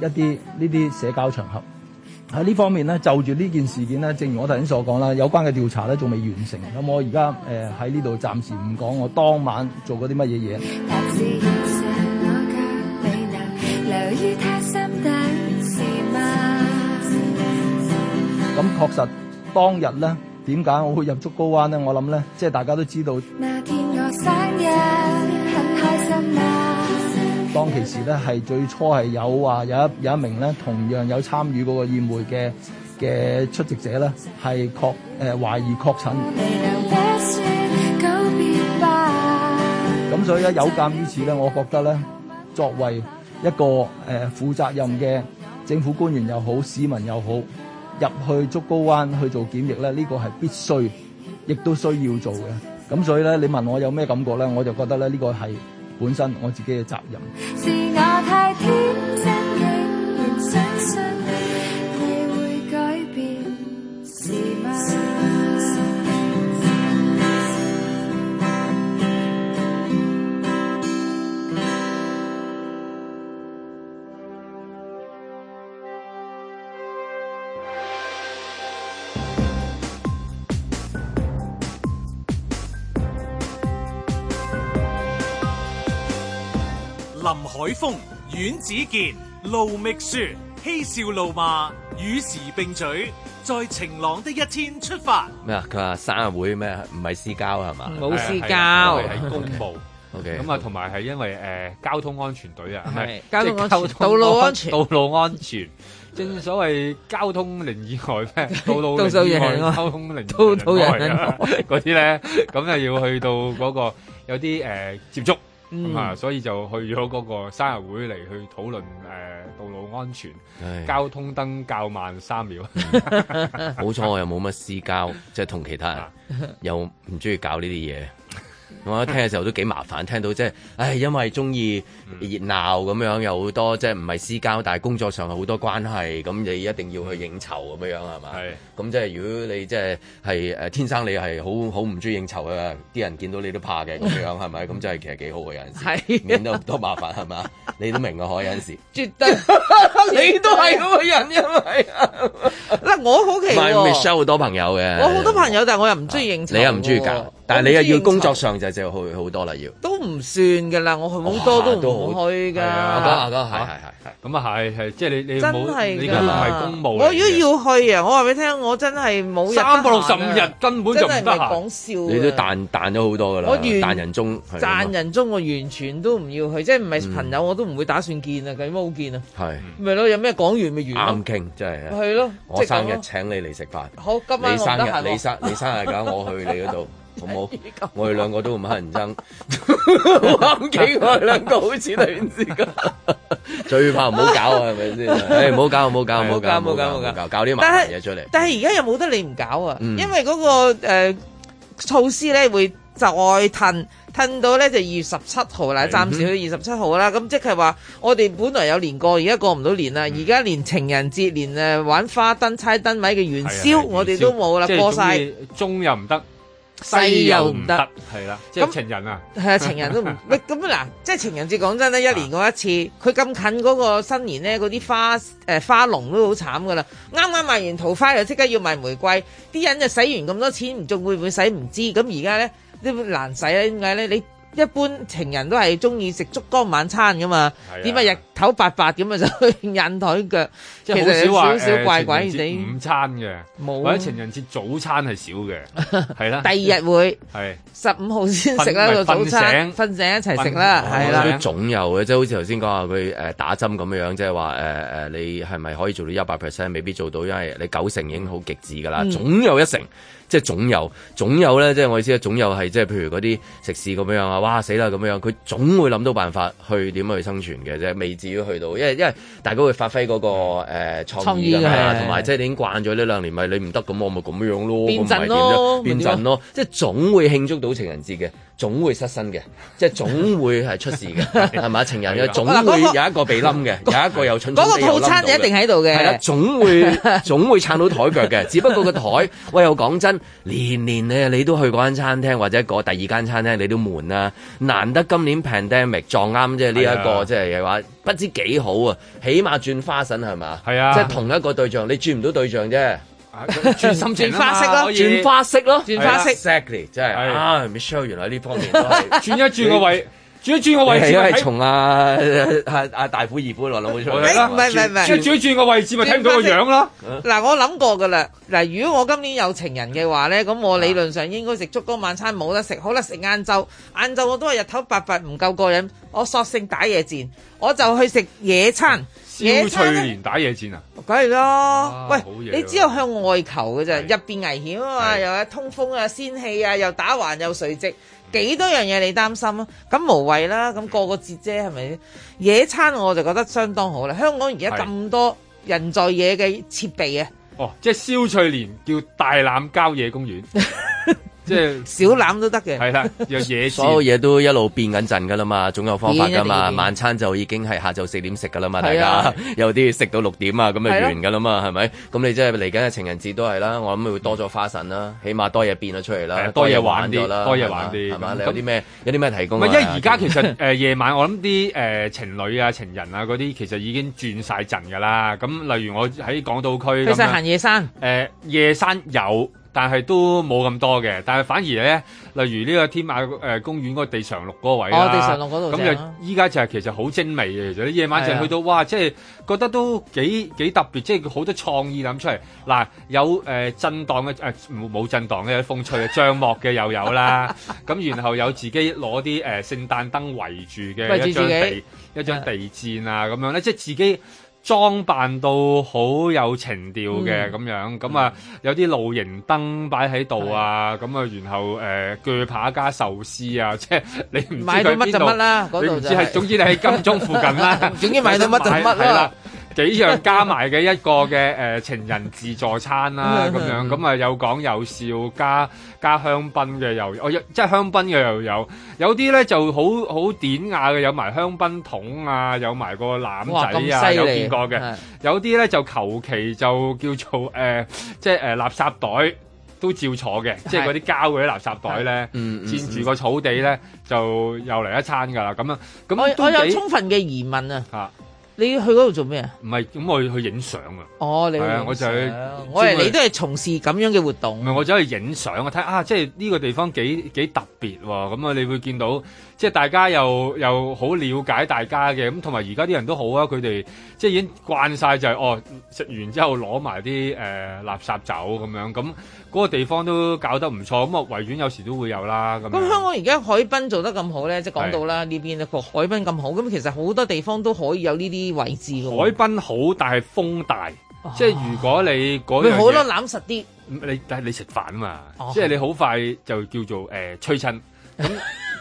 O: 一啲呢啲社交場合。喺呢方面咧，就住呢件事件咧，正如我頭先所講啦，有關嘅調查咧仲未完成。咁我而家誒喺呢度暫時唔講我當晚做過啲乜嘢嘢。
N: 但是現實我卻未能留於他心底，是嗎？
O: 咁確實當日咧，點解我會入竹篙灣咧？我諗咧，即係大家都知道。
N: 那天我生日，很開心啊！
O: 當其時咧，係最初係有話有一有一名咧，同樣有參與嗰個宴會嘅嘅出席者咧，係確誒、呃、懷疑確診。
N: 不說告別吧，
O: 咁所以咧，有鑑於此咧，我覺得咧，作為一個誒、呃、負責任嘅政府官員又好，市民又好，入去竹篙灣去做檢疫咧，呢、個係必須，亦都需要做嘅。咁所以咧，你問我有咩感覺咧，我就覺得咧，呢、個係本身我自己嘅責任。
N: 是我太天真，竟然相信你會改變，是嗎？
A: 林海峰、阮子健、盧覓雪，嬉笑怒罵，與時並舉，在晴朗的一天出發。
B: 咩啊？佢話生日會咩？唔係私交係嘛？
C: 冇私啊交係啊係啊係公務
B: OK，
C: 咁啊，同埋係因為誒、呃交通安全隊啊，係咪
D: 交通安全
C: 即係
D: 道路安全
C: 道路安全。正所謂交通零意外
D: *laughs*
C: 咩？道路
D: 到數
C: 零意
D: 人
C: 外
D: 啊，
C: 交通零
D: 到到人
C: 啊
D: 啊
C: 嗰啲咧，咁啊要去到嗰個有啲誒接觸。
D: 嗯
C: 咁啊，所以就去咗嗰個生日會嚟去討論誒道路安全
B: 唉、
C: 交通燈較慢三秒。 *laughs*
B: 好 *laughs* 彩我又嗯冇乜私 *laughs* 交，即係同其他人又唔中意搞呢啲嘢。我一聽嘅時候都幾麻煩，聽到即係，唉，因為中意熱鬧咁樣，有好多即係唔係私交，但係工作上有好多關係，咁你一定要去應酬咁樣樣係嘛？咁即係如果你即係係誒天生你係好好唔中意應酬嘅，啲人見到你都怕嘅咁樣係咪？咁真係其實幾好嘅有陣時，免得咁多麻煩係嘛？你都明嘅可有陣時。
D: *laughs* 絕對，你都係咁嘅人，因為嗱，我好奇
B: *laughs* 唔係
D: 喎
B: Michelle 好多朋友嘅，
D: 我好多朋友，但係我又唔中意應酬喎。
C: 哦
B: 你又唔中意搞但係你又要工作上就就好好多啦，要。
D: 都唔算㗎啦，我好多
B: 哇
D: 都唔去㗎。
B: 啊，講下講係係係。
C: 咁啊係係，即係你你
D: 真
C: 冇
D: 係㗎
C: 你而家唔係公務嚟嘅，
D: 我如果要去啊，我話俾你聽，我真係冇日得閒啊
C: 365日根本就唔得
D: 真
C: 閒
D: 係唔係講笑啊。
B: 你都彈彈咗好多㗎啦，
D: 我完
B: 彈人中係啊嗯
D: 賺人中，我完全都唔要去，即係唔係朋友我都唔會打算見啊，咁冇見啊，
B: 係
C: 嗯
D: 咪咯，有咩講完咪完
B: 啱
D: 咯，
B: 傾，真係。啊
D: 係咯
B: 我
D: 即係咁
B: 生
D: 咯
B: 日請你嚟食飯。
D: 好今晚
B: 你生
D: 我唔得閒
B: 日，
D: 喎
B: 你生你生日搞，我去你嗰
D: *laughs*
B: 度，好冇？我哋兩個都唔乞人憎，
A: 啱
B: 幾我哋兩個好似突然 *laughs* 之間，最怕唔好搞啊，係
D: *laughs*
B: 咪先？誒，唔好搞，唔好搞，唔好搞，唔好搞，唔好搞，搞啲麻
D: 但
B: 煩
D: 係
B: 嘢出嚟。
D: 但係而家又冇得你唔搞啊，
B: 嗯
D: 因為嗰、個、呃、措施咧會再褪褪到咧就二月十七號
B: 嗯
D: 啦，暫時去到二十七號啦。咁即係話我哋本來有年過，而家過唔到年
B: 嗯
D: 啦。而家連情人節、連誒玩花燈、猜燈謎嘅
B: 啊
D: 元宵，我哋都冇啦，
C: 啊即係
D: 過晒
C: 總之中又唔得，
D: 西又唔得，
C: 係啦，即係情人啊，
D: 係啊，情人
C: *laughs*
D: 都唔喂咁啊嗱，即係情人節講真咧，一年過一次，佢咁近嗰個新年咧，嗰啲花誒、呃花農都好慘噶啦。啱啱賣完桃花又即刻要賣玫瑰，啲人就使完咁多錢，唔仲會唔會使唔知？咁而家咧都難使咧，點解咧？你一般情人都係中意食燭光晚餐噶嘛
C: 係啊，
D: 點解日頭白白咁啊就去印台腳？
C: *laughs* 即
D: 其
C: 係
D: 實有少
C: 好少話
D: 少怪怪
C: 誒情人節
D: 地。
C: 午餐嘅，
D: 冇
C: 或者情人節早餐係少嘅，係啦。
D: 第二日會
C: 係
D: 十五號先食啦
B: 瞓
D: 個早餐，
B: 瞓醒
D: 瞓醒一齊食啦，係啦。
B: 都總有嘅，即係好似頭先講話佢誒打針咁樣，即係話誒誒，你係咪可以做到一百 percent？未必做到，因為你九成已經好極致㗎啦，
A: 嗯
B: 總有一成。即係總有，總有咧，即係我意思咧，總有係即係譬如嗰啲食肆咁樣啊，哇死啦咁樣，佢總會諗到辦法去點去生存嘅啫，未至於去到，因為因為大家會發揮嗰、個誒、呃、創意
A: 創
B: 㗎
A: 意
B: 嘛，
A: 嘅
B: 同埋即係你已經慣咗呢兩年，咪你唔得咁我咪咁樣咯，
A: 變陣
B: 咁咪點
A: 咯
B: 啫變陣咯，即係總會慶祝到情人節嘅，總會失身嘅，即係總會係出事
D: *laughs*
B: 嘅，係咪啊情人嘅總
D: 啊嗱嗰個
B: 會有一個被冧嘅，有一個有蠢蠢
D: 嗰個
B: 地又
D: 套餐
B: 冧
D: 就一
B: 到嘅
D: 定喺度
B: 係啦，
D: 嘅。*laughs*
B: 總會總會撐到台腳嘅。只不過個台， *laughs* 喂，又講真，年年咧你都去嗰間餐廳或者個第二間餐廳，你都悶啦。難得今年 pandemic 撞啱，即係呢一
A: 係
B: 個
A: 啊
B: 即係話不知幾好啊！起碼轉花神係嘛？係
C: 啊
B: 即係同一個對象，你轉唔到對象啫。
C: 轉心情啊嘛轉花式咯可以
B: 轉花式咯，
C: 轉花式
B: 哎，exactly，真係啊，Michelle 原來呢方面都係
C: 哎 *laughs* 轉一轉個
B: *laughs*
C: 位，轉一轉個位置
B: 你係因為
C: 睇
B: 從啊 *laughs* 啊啊大虎二虎落冇出
C: 係啦
B: 嚟，
D: 唔係唔係唔係
C: 即係轉一轉個位置咪睇唔到個樣啦。
D: 嗱，我諗過噶啦。嗱，如果我今年有情人嘅話咧，咁我理論上應該食燭光晚餐冇得食，好啦，食晏晝。晏晝我都係日頭白白唔夠過癮，我索性打野戰，我就去食野餐。野
C: 蕭翠
D: 餐呢
C: 蓮打野戰啊！
D: 梗係啦，喂
C: 好，嘢啊
D: 你只有向外求嘅啫，入邊危險啊嘛，又有通風啊、仙氣啊，又打橫又垂直，幾多樣嘢你擔心啊？咁無謂啦，咁過個節啫，係咪？野餐我就覺得相當好啦，香港而家
C: 係
D: 咁多人在野嘅設備啊，
C: 哦，即係蕭翠蓮叫大欖郊野
D: *laughs*
C: 公園，即係
D: 小欖都得嘅。
C: 係啦，有野
B: 所有
C: 戰。
B: 嘢都一路變緊陣㗎啦嘛，總有方法㗎
D: 變一定
B: 嘛。
D: 變
B: 晚餐就已經係下晝四點食㗎啦嘛，大
D: 係啊
B: 家 *laughs* 有啲食到六點啊，咁就
D: 係咯
B: 完㗎啦嘛，係咪？咁你即係嚟緊嘅情人節都係啦，我諗會多咗花神啦，起碼多嘢變咗出嚟啦
C: 係，多嘢玩
B: 咗
C: 啲
B: 啦，
C: 多嘢
B: 係嘛
C: 玩啲
B: 係嘛？
C: 咁
B: 你有啲咩有啲咩提
C: 唔
B: 供啊？
C: 係，因為而家其實誒、呃夜晚，我諗啲誒情侶啊、情人啊嗰啲，其實已經轉晒陣㗎啦。咁例如我喺港島區
D: 去
C: 咁啊
D: 晒
C: 樣
D: 行夜山，
C: 誒、呃夜山有，但係都冇咁多嘅。但係反而咧，例如呢個天馬誒、公園嗰個地上綠嗰個位啦
D: 哦地上綠嗰度正
C: 咁就
D: 啊
C: 依家就係其實好精美嘅。其實你夜晚就
D: 係啊
C: 去到哇，即係覺得都幾幾特別，即係好多創意諗出嚟。嗱，有誒、震盪嘅誒冇冇震盪嘅，有風吹嘅帳幕嘅又有啦。咁然後有自己攞啲誒聖誕燈圍住
D: 圍住
C: 嘅
D: 自
C: 一張地
D: 己
C: 一張地氈啊咁樣咧，即係自己。裝扮到好有情調嘅
A: 嗯
C: 咁樣，咁啊
D: 嗯
C: 有啲露營燈擺喺度啊，咁啊然後誒鋸扒加壽司啊， *laughs* 即係你唔知
D: 買到
C: 佢
D: 乜
C: 邊
D: 就
C: 度
D: 乜啦嗰度
C: 你唔知
D: 就係
C: 係總之你喺金鐘附近啦
D: *laughs* ，總之買到
C: *laughs*
D: 乜就乜啦
C: 係啦。 *laughs* 幾樣加埋嘅一個嘅誒、呃情人自助餐啦，
A: 嗯
C: 咁樣咁啊有講有笑，加加香檳嘅又有，哦有即係香檳嘅又有，有啲咧就好好典雅嘅，有埋香檳桶啊，有埋個
A: 哇
C: 攬仔
A: 咁
C: 啊，
A: 犀利
C: 有見過嘅
A: 係，
C: 有啲咧就求其就叫做誒、呃即係誒、呃垃圾袋。都照坐嘅，即係嗰啲膠嗰啲垃圾袋咧，
B: 嗯嗯
C: 佔住個草地咧，就又嚟一餐㗎啦。咁樣咁
D: 我
C: 都
D: 我有
C: 幾
D: 充分嘅疑問啊。你去嗰度做咩啊？
C: 唔係，咁我去影相啊！
D: 哦，你去
C: 係啊
D: 影
C: 我就去
D: 相我係你都係從事咁樣嘅活動。
C: 唔係，我走去影相啊，睇啊，即係呢個地方幾幾特別喎。咁啊，你會見到即係大家又又好了解大家嘅，咁同埋而家啲人都好啊，佢哋即係已經慣晒就係、哦，食完之後攞埋啲誒垃圾走咁樣，咁嗰個地方都搞得唔錯。咁啊，維園有時都會有啦，咁樣
D: 咁香港而家海濱做得咁好咧，即係講到啦，呢邊個海濱咁好，咁其實好多地方都可以有呢啲位置嘅喎。
C: 海濱好，但係風大，即係如果你嗰樣
D: 佢
C: 嘢
D: 好多攬實啲。
C: 你但係你食飯啊嘛，
D: 哦
C: 即係你好快就叫做誒、呃吹親，
D: *laughs*
C: 咁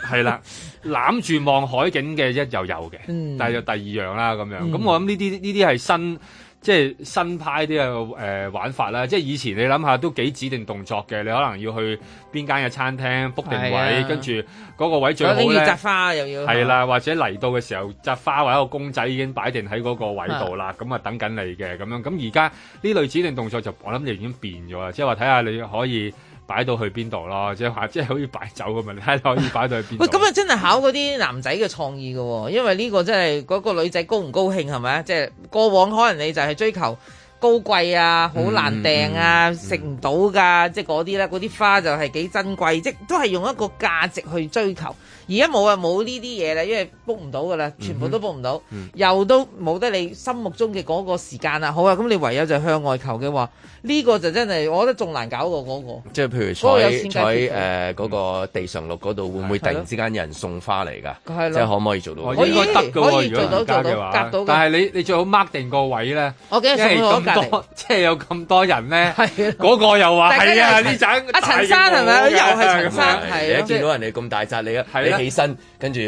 C: 係啦，攬住望海景嘅一又有嘅，
N: 嗯
C: 但係有第二樣啦咁樣。
N: 嗯
C: 咁、我諗呢啲呢啲係新即係新派啲嘅誒玩法啦。即係以前你諗下都幾指定動作嘅，你可能要去邊間嘅餐廳 book 定
D: 係
C: 位，
D: 啊
C: 跟住嗰個位最好
D: 又
C: 咧
D: 要摘。花又要
C: 係
B: 啊
C: 啦，或者嚟到嘅時候，扎花或者個公仔已經擺定喺嗰個位度啦，咁啊等緊你嘅咁樣。咁而家呢類指定動作就我諗就已經變咗啦，即係話睇下你可以擺到去邊度咯，即係話 *laughs* 即係好似擺酒咁啊，你睇下可以擺到去邊
B: *laughs*
D: 喂，
C: 度。
D: 咁啊真係考嗰啲男仔嘅創意嘅喎，因為呢個真係嗰個女仔高唔高興係咪啊？即係過往可能你就係追求高貴啊，好難訂
C: 嗯
D: 啊，食唔到㗎，即係嗰啲咧，嗰啲花就係幾珍貴，即係都係用一個價值去追求。而家冇啊，冇呢啲嘢啦，因為 book 唔到㗎啦，全部都 book 唔到，
P: 嗯
D: 又都冇得你心目中嘅嗰個時間啦。好啊，咁你唯有就向外求嘅話，呢、個就真係我覺得仲難搞過嗰、個。
B: 即係譬如
D: 嗰個有
B: 坐
D: 錢解決嗯
B: 喺誒嗰個地上六嗰度，會唔會突然之間有人送花嚟㗎？
D: 係咯
B: 即係可唔可以做到？
C: 我應該得㗎喎，如
B: 做
C: 果
B: 到
C: 而家嘅
B: 夾
C: 話
B: 到嘅，
C: 但係你你最好 mark 定個位咧，
D: 我
C: 因
D: 驚送
C: 為
D: 去我隔
C: 咁
D: 離
C: 多， *laughs* 即係有咁多人
B: *laughs*
C: 咧，
B: 啊
C: 嗰個又話
D: 大家
C: 係啊，
D: 一齊
C: 呢盞
D: 阿陳生係咪啊
C: 大嘅
D: 又係陳生
C: 咁樣
D: 係
B: 你
D: 咯
B: 一啊見到人哋咁大扎，你
C: 係啦
B: 你起身跟住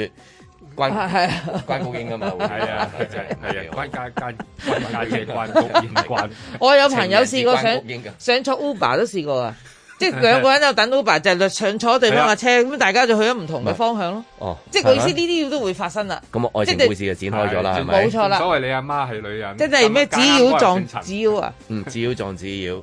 B: 關
D: 啊係
B: 關高英㗎嘛？
C: 係啊，係啊，係啊，關家關關家姐關谷
B: *laughs*
C: 燕關。
D: *laughs* 我有朋友試過上
B: 情人節關谷英㗎
D: 上坐 Uber 都試
B: *laughs*
D: 過啊，即係兩個人又等 Uber 就係上坐對方架車，咁大家就去咗唔同嘅方向咯。
B: 哦，
D: 即係我意思，呢
B: 啊係咪
D: 啲都會發生啦。
B: 咁愛情
D: 即係
B: 故事就展開咗啦，係咪？
D: 冇錯啦
C: 所謂你阿媽係女人，
D: 即係咩只要撞
C: 咁啊
D: 只要啊，
B: 嗯，只要撞只要，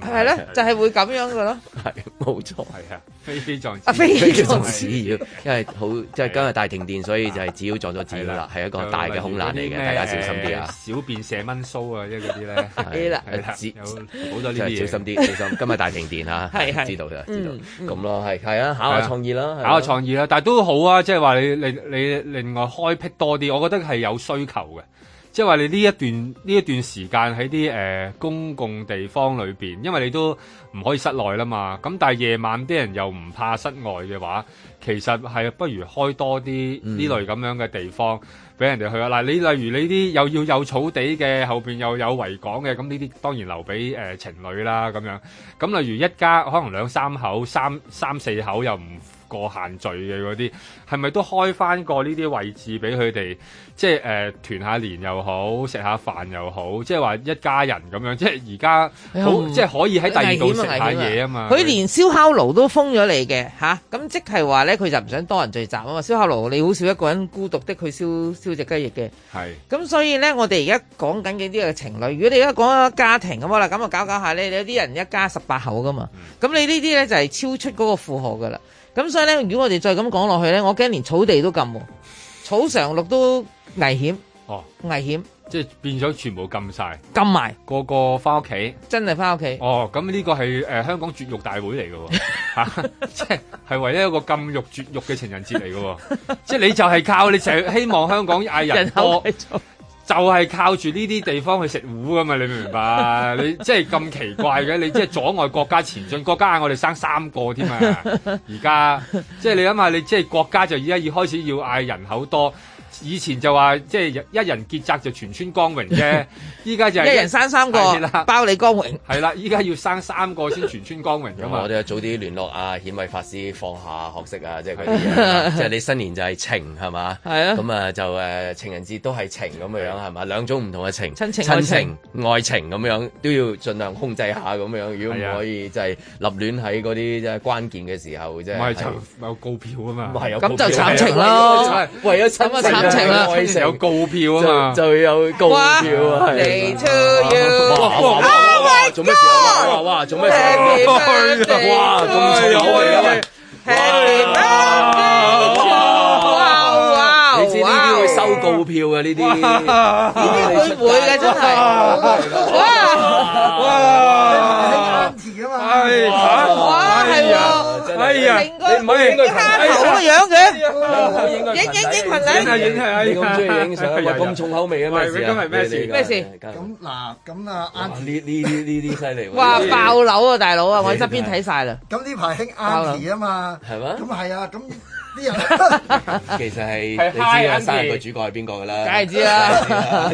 D: 係咯，就係會咁樣嘅咯。
B: 係冇錯，
C: 係啊，飛機撞紙
D: 啊飛機撞紙
B: 只要，因為好即
C: 啊
B: 係今日大停電，所以就係只要撞咗只要啦，係一個大嘅空難嚟嘅，大家小心啲啊！
C: 小便射蚊鬚啊，即係嗰啲咧。
B: *laughs* 係啦
C: 係啦，
B: 只
C: 有好多呢啲嘢。
B: 小
C: *laughs*
B: 心啲，小心！今日大停電啊，
C: 係係
B: 知道啦，知
C: 嗯
B: 道咁咯，係係啊，考下創意啦，
C: 考下創意啦，但係都好啊，即係話你你你另外開闢多啲，我覺得係有需求嘅。即係話你呢一段呢一段時間喺啲誒公共地方裏邊，因為你都唔可以室內啦嘛。咁但係夜晚啲人又唔怕室外嘅話，其實係不如開多啲呢類咁樣嘅地方俾人哋去啊。嗱，你例如你啲又要有草地嘅，後邊又有維港嘅，咁呢啲當然留俾誒、呃情侶啦咁樣。咁例如一家可能兩三口、三三四口又唔過限聚嘅嗰啲，係咪都開翻個呢啲位置俾佢哋，即係誒、呃、團下年又好，食下飯又好，即係話一家人咁樣，即係而家
D: 哎
C: 好即係可以喺第二度食下嘢啊嘛。
D: 佢連燒烤爐都封咗你嘅吓，咁即係話咧，佢就唔想多人聚集啊嘛。燒烤爐你好少一個人孤獨的去燒燒只雞翼嘅。
C: 係
D: 咁所以咧，我哋而家講緊嘅呢個情侶，如果你而家講緊家庭咁好啦，咁啊搞搞下咧，你有啲人一家十八口噶嘛，
C: 嗯
D: 咁你呢啲咧就係超出嗰個負荷噶啦。咁所以咧，如果我哋再咁講落去咧，我驚連草地都禁喎，草上綠都危險，
C: 哦，
D: 危險
C: 即係變咗全部禁晒，
D: 禁埋，
C: 個個翻屋企。
D: 真係翻屋企。
C: 哦，咁呢個係誒、呃香港絕育大會嚟嘅
D: *laughs*
C: 喎，嚇即係係唯一一個禁肉絕育嘅情人節嚟嘅喎， *laughs* 即係你就係靠你成日希望香港嗌人多，就係靠住呢啲地方去食糊噶嘛，你明唔明白？
D: *laughs*
C: 你即係咁奇怪嘅，你即係阻礙國家前進，國家嗌我哋生三個添啊！
D: *laughs*
C: 而家即係你諗下，你即係國家就而家要開始要嗌人口多。以前就話即係一人結責就全村光榮
D: *laughs*
C: 啫，依家就係
D: 一人生三個
C: 係啦
D: 包你光榮。
C: 係啦，依家要生三個先全村光榮噶
B: 咁
C: 嘛
B: *laughs* 我。哋早啲聯絡啊，顯位法師放下學識
C: *laughs*
B: 啊，即係嗰啲嘢，即係你新年就係情係嘛？
D: 係啊
B: 咁啊就誒情人節都係情咁樣係嘛？兩種唔同嘅情，
D: 親情
B: 親
D: 愛
B: 情、愛情咁樣都要盡量控制下咁樣，如果
C: 係
B: 唔
C: 啊
B: 可以就係立亂喺嗰啲即係關鍵嘅時候即係。
C: 唔係就有告票啊嘛，
B: 係有
D: 咁
B: 告票
D: 就慘情咯
B: 為咗
D: 咁啊慘情啦
B: 愛情
C: 有告票啊嘛，
B: 就有告票啊係
D: 嚟 to you，
B: 哇哇哇哇哇！做咩事啊？哇哇哇！做咩事啊？
D: Happy
B: 哇！咁重要啊！
D: 哇哇！
B: 你知呢啲會收收告票嘅呢啲，呢啲你出
D: 會嘅真係，哇！
C: 係啊
D: 哇，係喎，
C: 哎呀，你唔可以影佢
D: 頭咁嘅樣嘅，
C: 影
D: 影影影裙
C: 影下影下，
B: 你咁中意影相，喂咁重口味嘅咩事啊？
C: 喂咁係咩事
B: 你你
D: 咩事？
G: 咁嗱，咁啊
B: 哇呢呢呢呢啲犀利喎！
D: 哇！爆樓啊，大佬啊，我喺
B: 呢
D: 側
B: 啲
D: 邊睇晒啦。
G: 咁呢排興
D: 爆啦
G: Auntie 啊嘛，
B: 係咩
G: 咁係啊，咁啲人
B: *laughs* 其實係
G: 係
B: 你知啊，
G: Hi，Andy
B: 生日個主角係邊個㗎啦？
D: 梗係知啦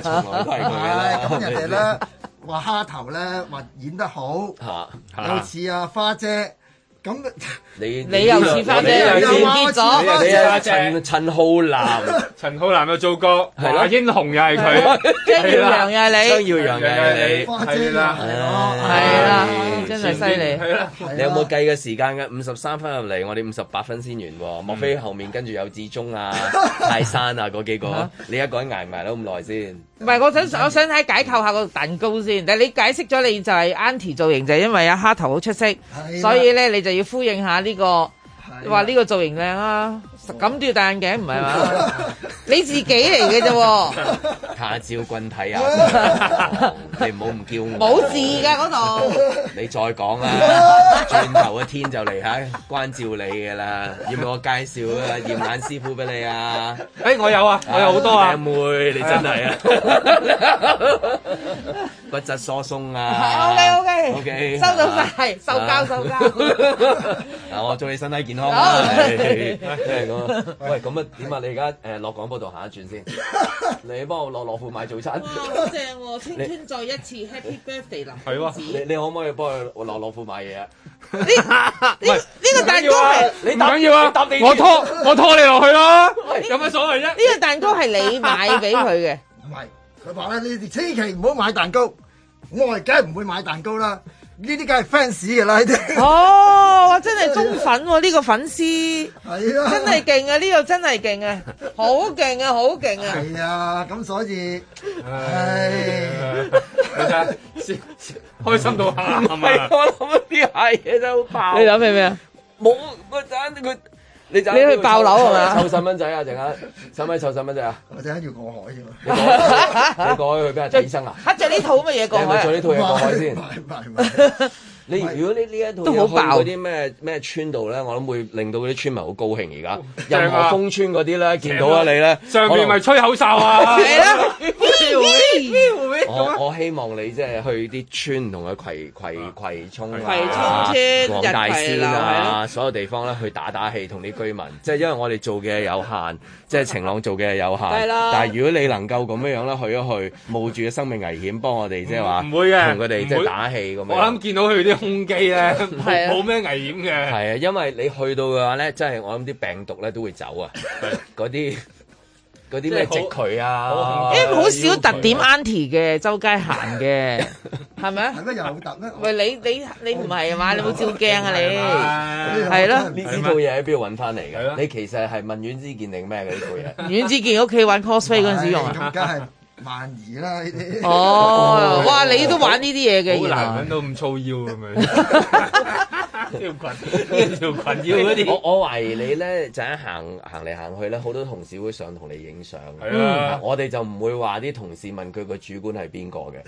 B: 從來都係佢㗎啦
G: 係。咁人哋咧話蝦頭咧話演得好，
B: 嚇
G: 又似啊花姐，咁
B: 你
G: 你又似花姐
B: 你
G: 又結咗
B: 你又你又陳陳浩南，
C: *laughs* 陳浩南又做過，
B: 係咯
C: 華英雄又係佢，
D: 張耀揚又係你
B: 張耀揚又係你，
C: 係啦，
D: 係啦，真係犀利。
B: 你有冇計嘅時間嘅？五十三分入嚟，我哋五十八分先完
D: 嗯
B: 喎。莫非後面跟住有志忠
D: *laughs*
B: 啊、泰山啊嗰幾個？你一個人捱埋咗咁耐先？
D: 唔係，我想我想睇解構下個蛋糕先。但係你解釋咗，你就係 Auntie 造型就係因為阿蝦頭好出色，所以咧你就要呼應下呢個話呢個造型靚啊，咁都要戴眼鏡唔係嘛？你自己嚟嘅啫喎，
B: 下照
D: *laughs*
B: 棍睇啊！你唔好唔叫我。
D: 冇字㗎嗰度。
B: 你再
D: *laughs*
B: 講啦，轉頭嘅天就嚟嚇關照你嘅啦，要唔要我介紹啊驗眼師傅俾你啊？
C: 誒我有啊，我有好多啊
B: 靚，妹，你真
C: *laughs*
B: 係啊，骨質疏鬆啊
D: OK
B: OK，
D: OK，收到晒，受教受教。
B: *laughs* 嗱，啊我祝你身體健康
D: 好
B: 啦，唉真係咁啊。 *laughs* 喂，咁啊點啊？你而家誒落廣播度行一
D: *laughs*
B: 轉先，你幫我落落庫買早餐。
D: 好正喎！青春再一次 Happy Birthday 林
B: 係喎，你你可唔可以幫佢落落庫買嘢啊？
D: 呢個蛋糕係
B: 你
C: 唔緊要啊，我拖 *laughs* 我拖你落去啊啦，有乜所謂啫？
D: 呢個蛋糕係你買
C: *laughs*
D: 俾佢嘅，
G: 佢話咧，你哋千祈唔好買蛋糕，我係梗係唔會買蛋糕啦，呢啲梗係 fans 嘅啦，呢啲
D: 哦，哇！真係忠粉喎，呢個粉絲
G: 係啊
D: 真係勁啊！呢個真係勁啊，好勁啊，好勁啊！
G: 係啊，咁所以，唉，
C: 開心到喊啊！
B: 我諗啲係嘢真係好爆。
D: 你諗起咩啊？
B: 冇嗰陣佢。你就
D: 你去爆樓係嘛
B: 湊細蚊仔啊！陣間使唔使湊細蚊仔啊？
G: 我陣間要過海啫
B: 你改你改去邊啊？睇醫生啊？
D: 黑着呢套乜嘢
B: 你
D: 過
B: 係咪
D: 海
B: 做呢套嘢過
D: *laughs*
B: 海先？你如果呢呢一套嘢去嗰啲咩咩村度咧，我諗會令到嗰啲村民好高興。而家任何風村嗰啲咧，見到啊你咧，
C: 啊上面咪吹口哨啊！
B: 係啦
C: 啦
D: 啊
B: 我我希望你即係去啲村同佢葵葵葵涌啊、
D: 葵涌村
B: 黃大
D: 日葵
B: 仙
D: 樓係
B: 啊，所有地方咧去打打氣，同啲居民，即係因為我哋做嘅有限，即係晴朗做嘅有限。
D: 梗係啦
B: 但係如果你能夠咁樣樣咧去一去，冒住嘅生命危險幫我哋，即係話
C: 唔會嘅
B: 同佢哋即
C: 唔
B: 係
C: 會
B: 打氣咁樣。
C: 我諗見到佢啲胸肌咧，
D: *laughs* 係啊
C: 冇冇咩危險嘅。
B: 係啊，因為你去到嘅話咧，真係我諗啲病毒咧都會走啊，嗰啲嗰啲咩
D: 即
B: 直
D: 係
B: 渠啊，
D: 因為好少特點 Auntie 嘅，周街行嘅，係咪啊？
G: 係咩又突咩？
D: 喂，你你你唔係啊嘛？你冇照鏡啊你？
B: 係
D: 係咯，
B: 呢呢套嘢喺邊度揾翻嚟嘅？你其實係問阮之健定咩嘅呢
D: *laughs*
B: 套嘢？
D: 阮志健屋企玩 cosplay 嗰陣時用
G: 咁
D: 啊。
G: 梗係萬兒啦呢啲。
D: 哦，哇！你都玩呢啲嘢嘅，
C: 好
D: 原來
C: 難揾到咁粗腰咁樣，
B: *laughs*
C: 條裙腰嗰啲。
B: 我我懷疑你咧就喺行行嚟行去咧，好多同事會想同你影相。嗯
C: 係啊
B: 我哋就唔會話啲同事問佢個主管係邊個嘅。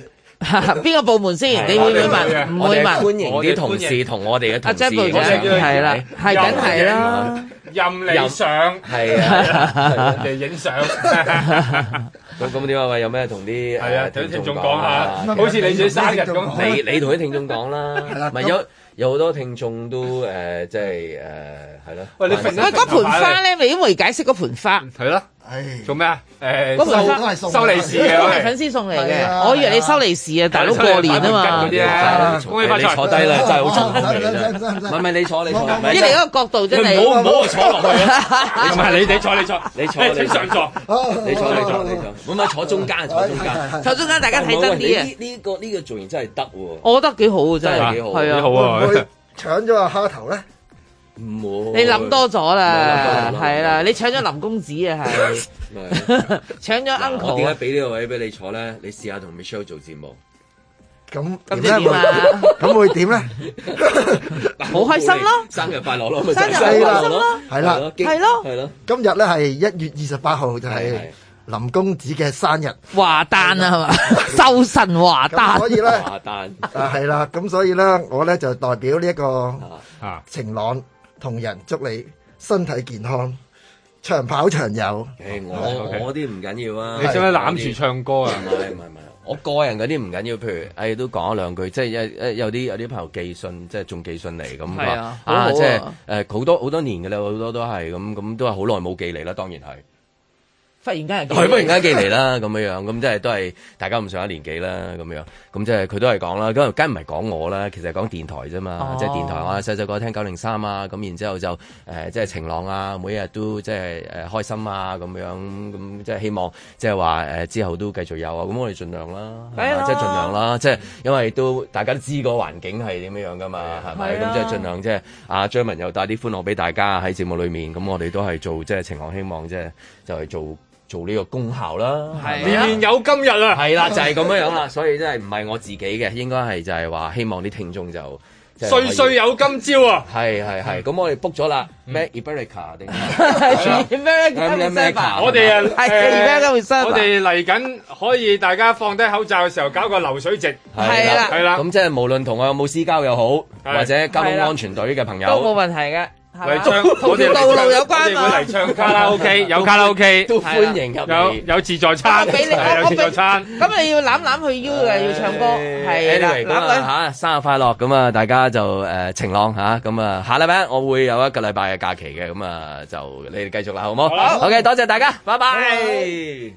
D: *laughs* 邊個部門先？你會唔會問？唔會問。
B: 啊我哋歡迎啲同事同我哋嘅同
D: 阿
B: 事
D: j a b
B: 影
D: 姐
B: 相
D: 係啦，係梗係啦。
C: 任你上，
B: 係
C: 啊
B: 啊，
C: 人哋影相。
B: *laughs* 咁咁點啊？喂，有咩同啲
C: 係啊
B: 誒
C: 同啲聽眾
B: 講啊
C: 講下好似你自己生日咁
B: 你你同啲聽眾講
G: 係啦
B: 啦，咪
G: 咁
B: 有有好多聽眾都誒，即係誒呃係咯。
C: 喂你
D: 喂，嗰盆花咧，你都未解釋嗰盆花。
C: 係啦，做咩啊？誒，
D: 嗰盆
C: 收
D: 花
C: 收利是
D: 都係
C: 嘅，
D: 粉絲送嚟
G: 係
D: 嘅。
G: 啊
D: 我以為你收利是啊，大佬過年啊嘛。
C: 啲啊，恭喜發財！
B: 你坐低啦，真係好重口味
G: 唔使唔
B: 真
G: 使
B: 係。唔係唔係，你坐你坐，唔
D: 即係你嗰個角度真係。
B: 唔好唔好我坐落去
D: *laughs*
B: 啊！
C: 唔係你你坐你坐
B: 你坐你
C: 請
B: 坐
C: 上座，
B: 你坐你坐你坐，唔啊係坐中間坐中間。
D: 坐中間大家睇真啲啊
B: 喂！你呢呢個呢個造型真係得喎，
D: 我覺得幾好啊，真
B: 真係
D: 係
B: 幾好，
D: 係啊！
G: 會唔會搶咗阿蝦頭咧？
B: 唔會
D: 你諗多咗啦，
B: 唔係諗多咗
D: 係啦，你搶咗林公子
B: *laughs*
D: 啊，係搶咗
B: 我點
D: uncle
B: 解
D: 啊，
B: 俾呢個位俾你坐咧？你試下同 Michelle 做節目，
G: 咁
D: 咁
G: 點
D: 即係點啊
G: 會咁會點咧？
D: 好開心咯！
B: 生日快樂咯，咪就係
D: 生日快樂咯
B: 生日快
G: 係
B: 樂
G: 啦
B: 係
D: 啊
B: 咯，
D: 係咯
B: 係咯。
G: 今日咧係一月二十八號，就係林公子嘅生日。
D: 華誕啊，係嘛？壽神華誕，
G: 咁所以
D: *laughs*
G: 咧，
B: 誕
G: 啊係啦，咁所以咧，我咧就代表呢一個晴朗同人祝你身體健康，長跑長有。
B: 我我啲唔緊要啊，
G: 你使唔使
C: 攬住唱歌啊
B: 唔係唔係唔係，我個人嗰啲唔緊要，譬如誒都講咗兩句，即係有有啲有啲朋友寄信，即係仲寄信嚟咁
I: 係啊好好
B: 話
I: 啊
B: 啊，即係誒好多好多年㗎啦，好多都係咁咁都係好耐冇寄嚟啦，當然係。
D: 忽然間
B: 佢忽然間寄嚟啦， *laughs* 咁樣樣，咁即係都係大家咁上下年紀啦，咁樣，咁即係佢都係講啦，咁梗唔係講我啦，其實係講電台啫嘛
I: 哦，
B: 即係電台啊，細細個聽九零三啊，咁然之後就誒即係晴朗啊，每一日都即係誒開心啊，咁樣，咁即係希望即係話誒之後都繼續有啊，咁我哋盡量啦，
I: 梗係
B: 係
I: 啦
B: 嘛即係盡量啦，即係因為都大家都知個環境係點樣樣噶嘛，係咪？
I: 係啊
B: 咁即係盡量即係阿張文又帶啲歡樂俾大家喺節目裏面，咁我哋都係做即係晴朗，希望即係就係做。做呢個功效啦，係
C: 年年有今日啊！
B: 係啦，就係咁樣樣啦，所以真係唔係我自己嘅，應該係就係話希望啲聽眾就即係可以
C: 歲歲有今朝啊！嗯
B: 係係係，咁我哋 book 咗啦，咩 Iberica 定
C: *laughs* 我哋啊，
B: 係
C: 誒
B: 而家今日新聞
C: 我哋嚟緊可以大家放低口罩嘅時候搞個流水席，
B: 係啦，
C: 係啦，
B: 咁即係無論同我有冇私交又好，或者交通安全隊嘅朋
D: 都冇
B: 友。
D: 問題嘅。
C: 嚟唱，我
D: *laughs* 同
C: 哋
D: 條道
C: 嚟
D: 路有
C: 我
D: 關啊
C: 哋會
D: 嘛
C: 嚟？唱卡拉 OK，有卡拉 OK，
B: 都歡迎入
C: 有
B: 嚟
C: 有自助餐，
D: 俾你
C: 係
D: 我
C: 有
D: 我
C: 自
D: 俾
C: 助餐。
D: 咁你要攬攬佢腰嘅，要唱歌係啦，
B: anyway 咁
D: 攬攬。
B: 啊嚇，生日快樂咁啊！大家就誒晴朗嚇咁啊，下禮拜我會有一個禮拜嘅假期嘅，咁啊就你哋繼續啦，好唔好？OK，多謝大家，拜拜。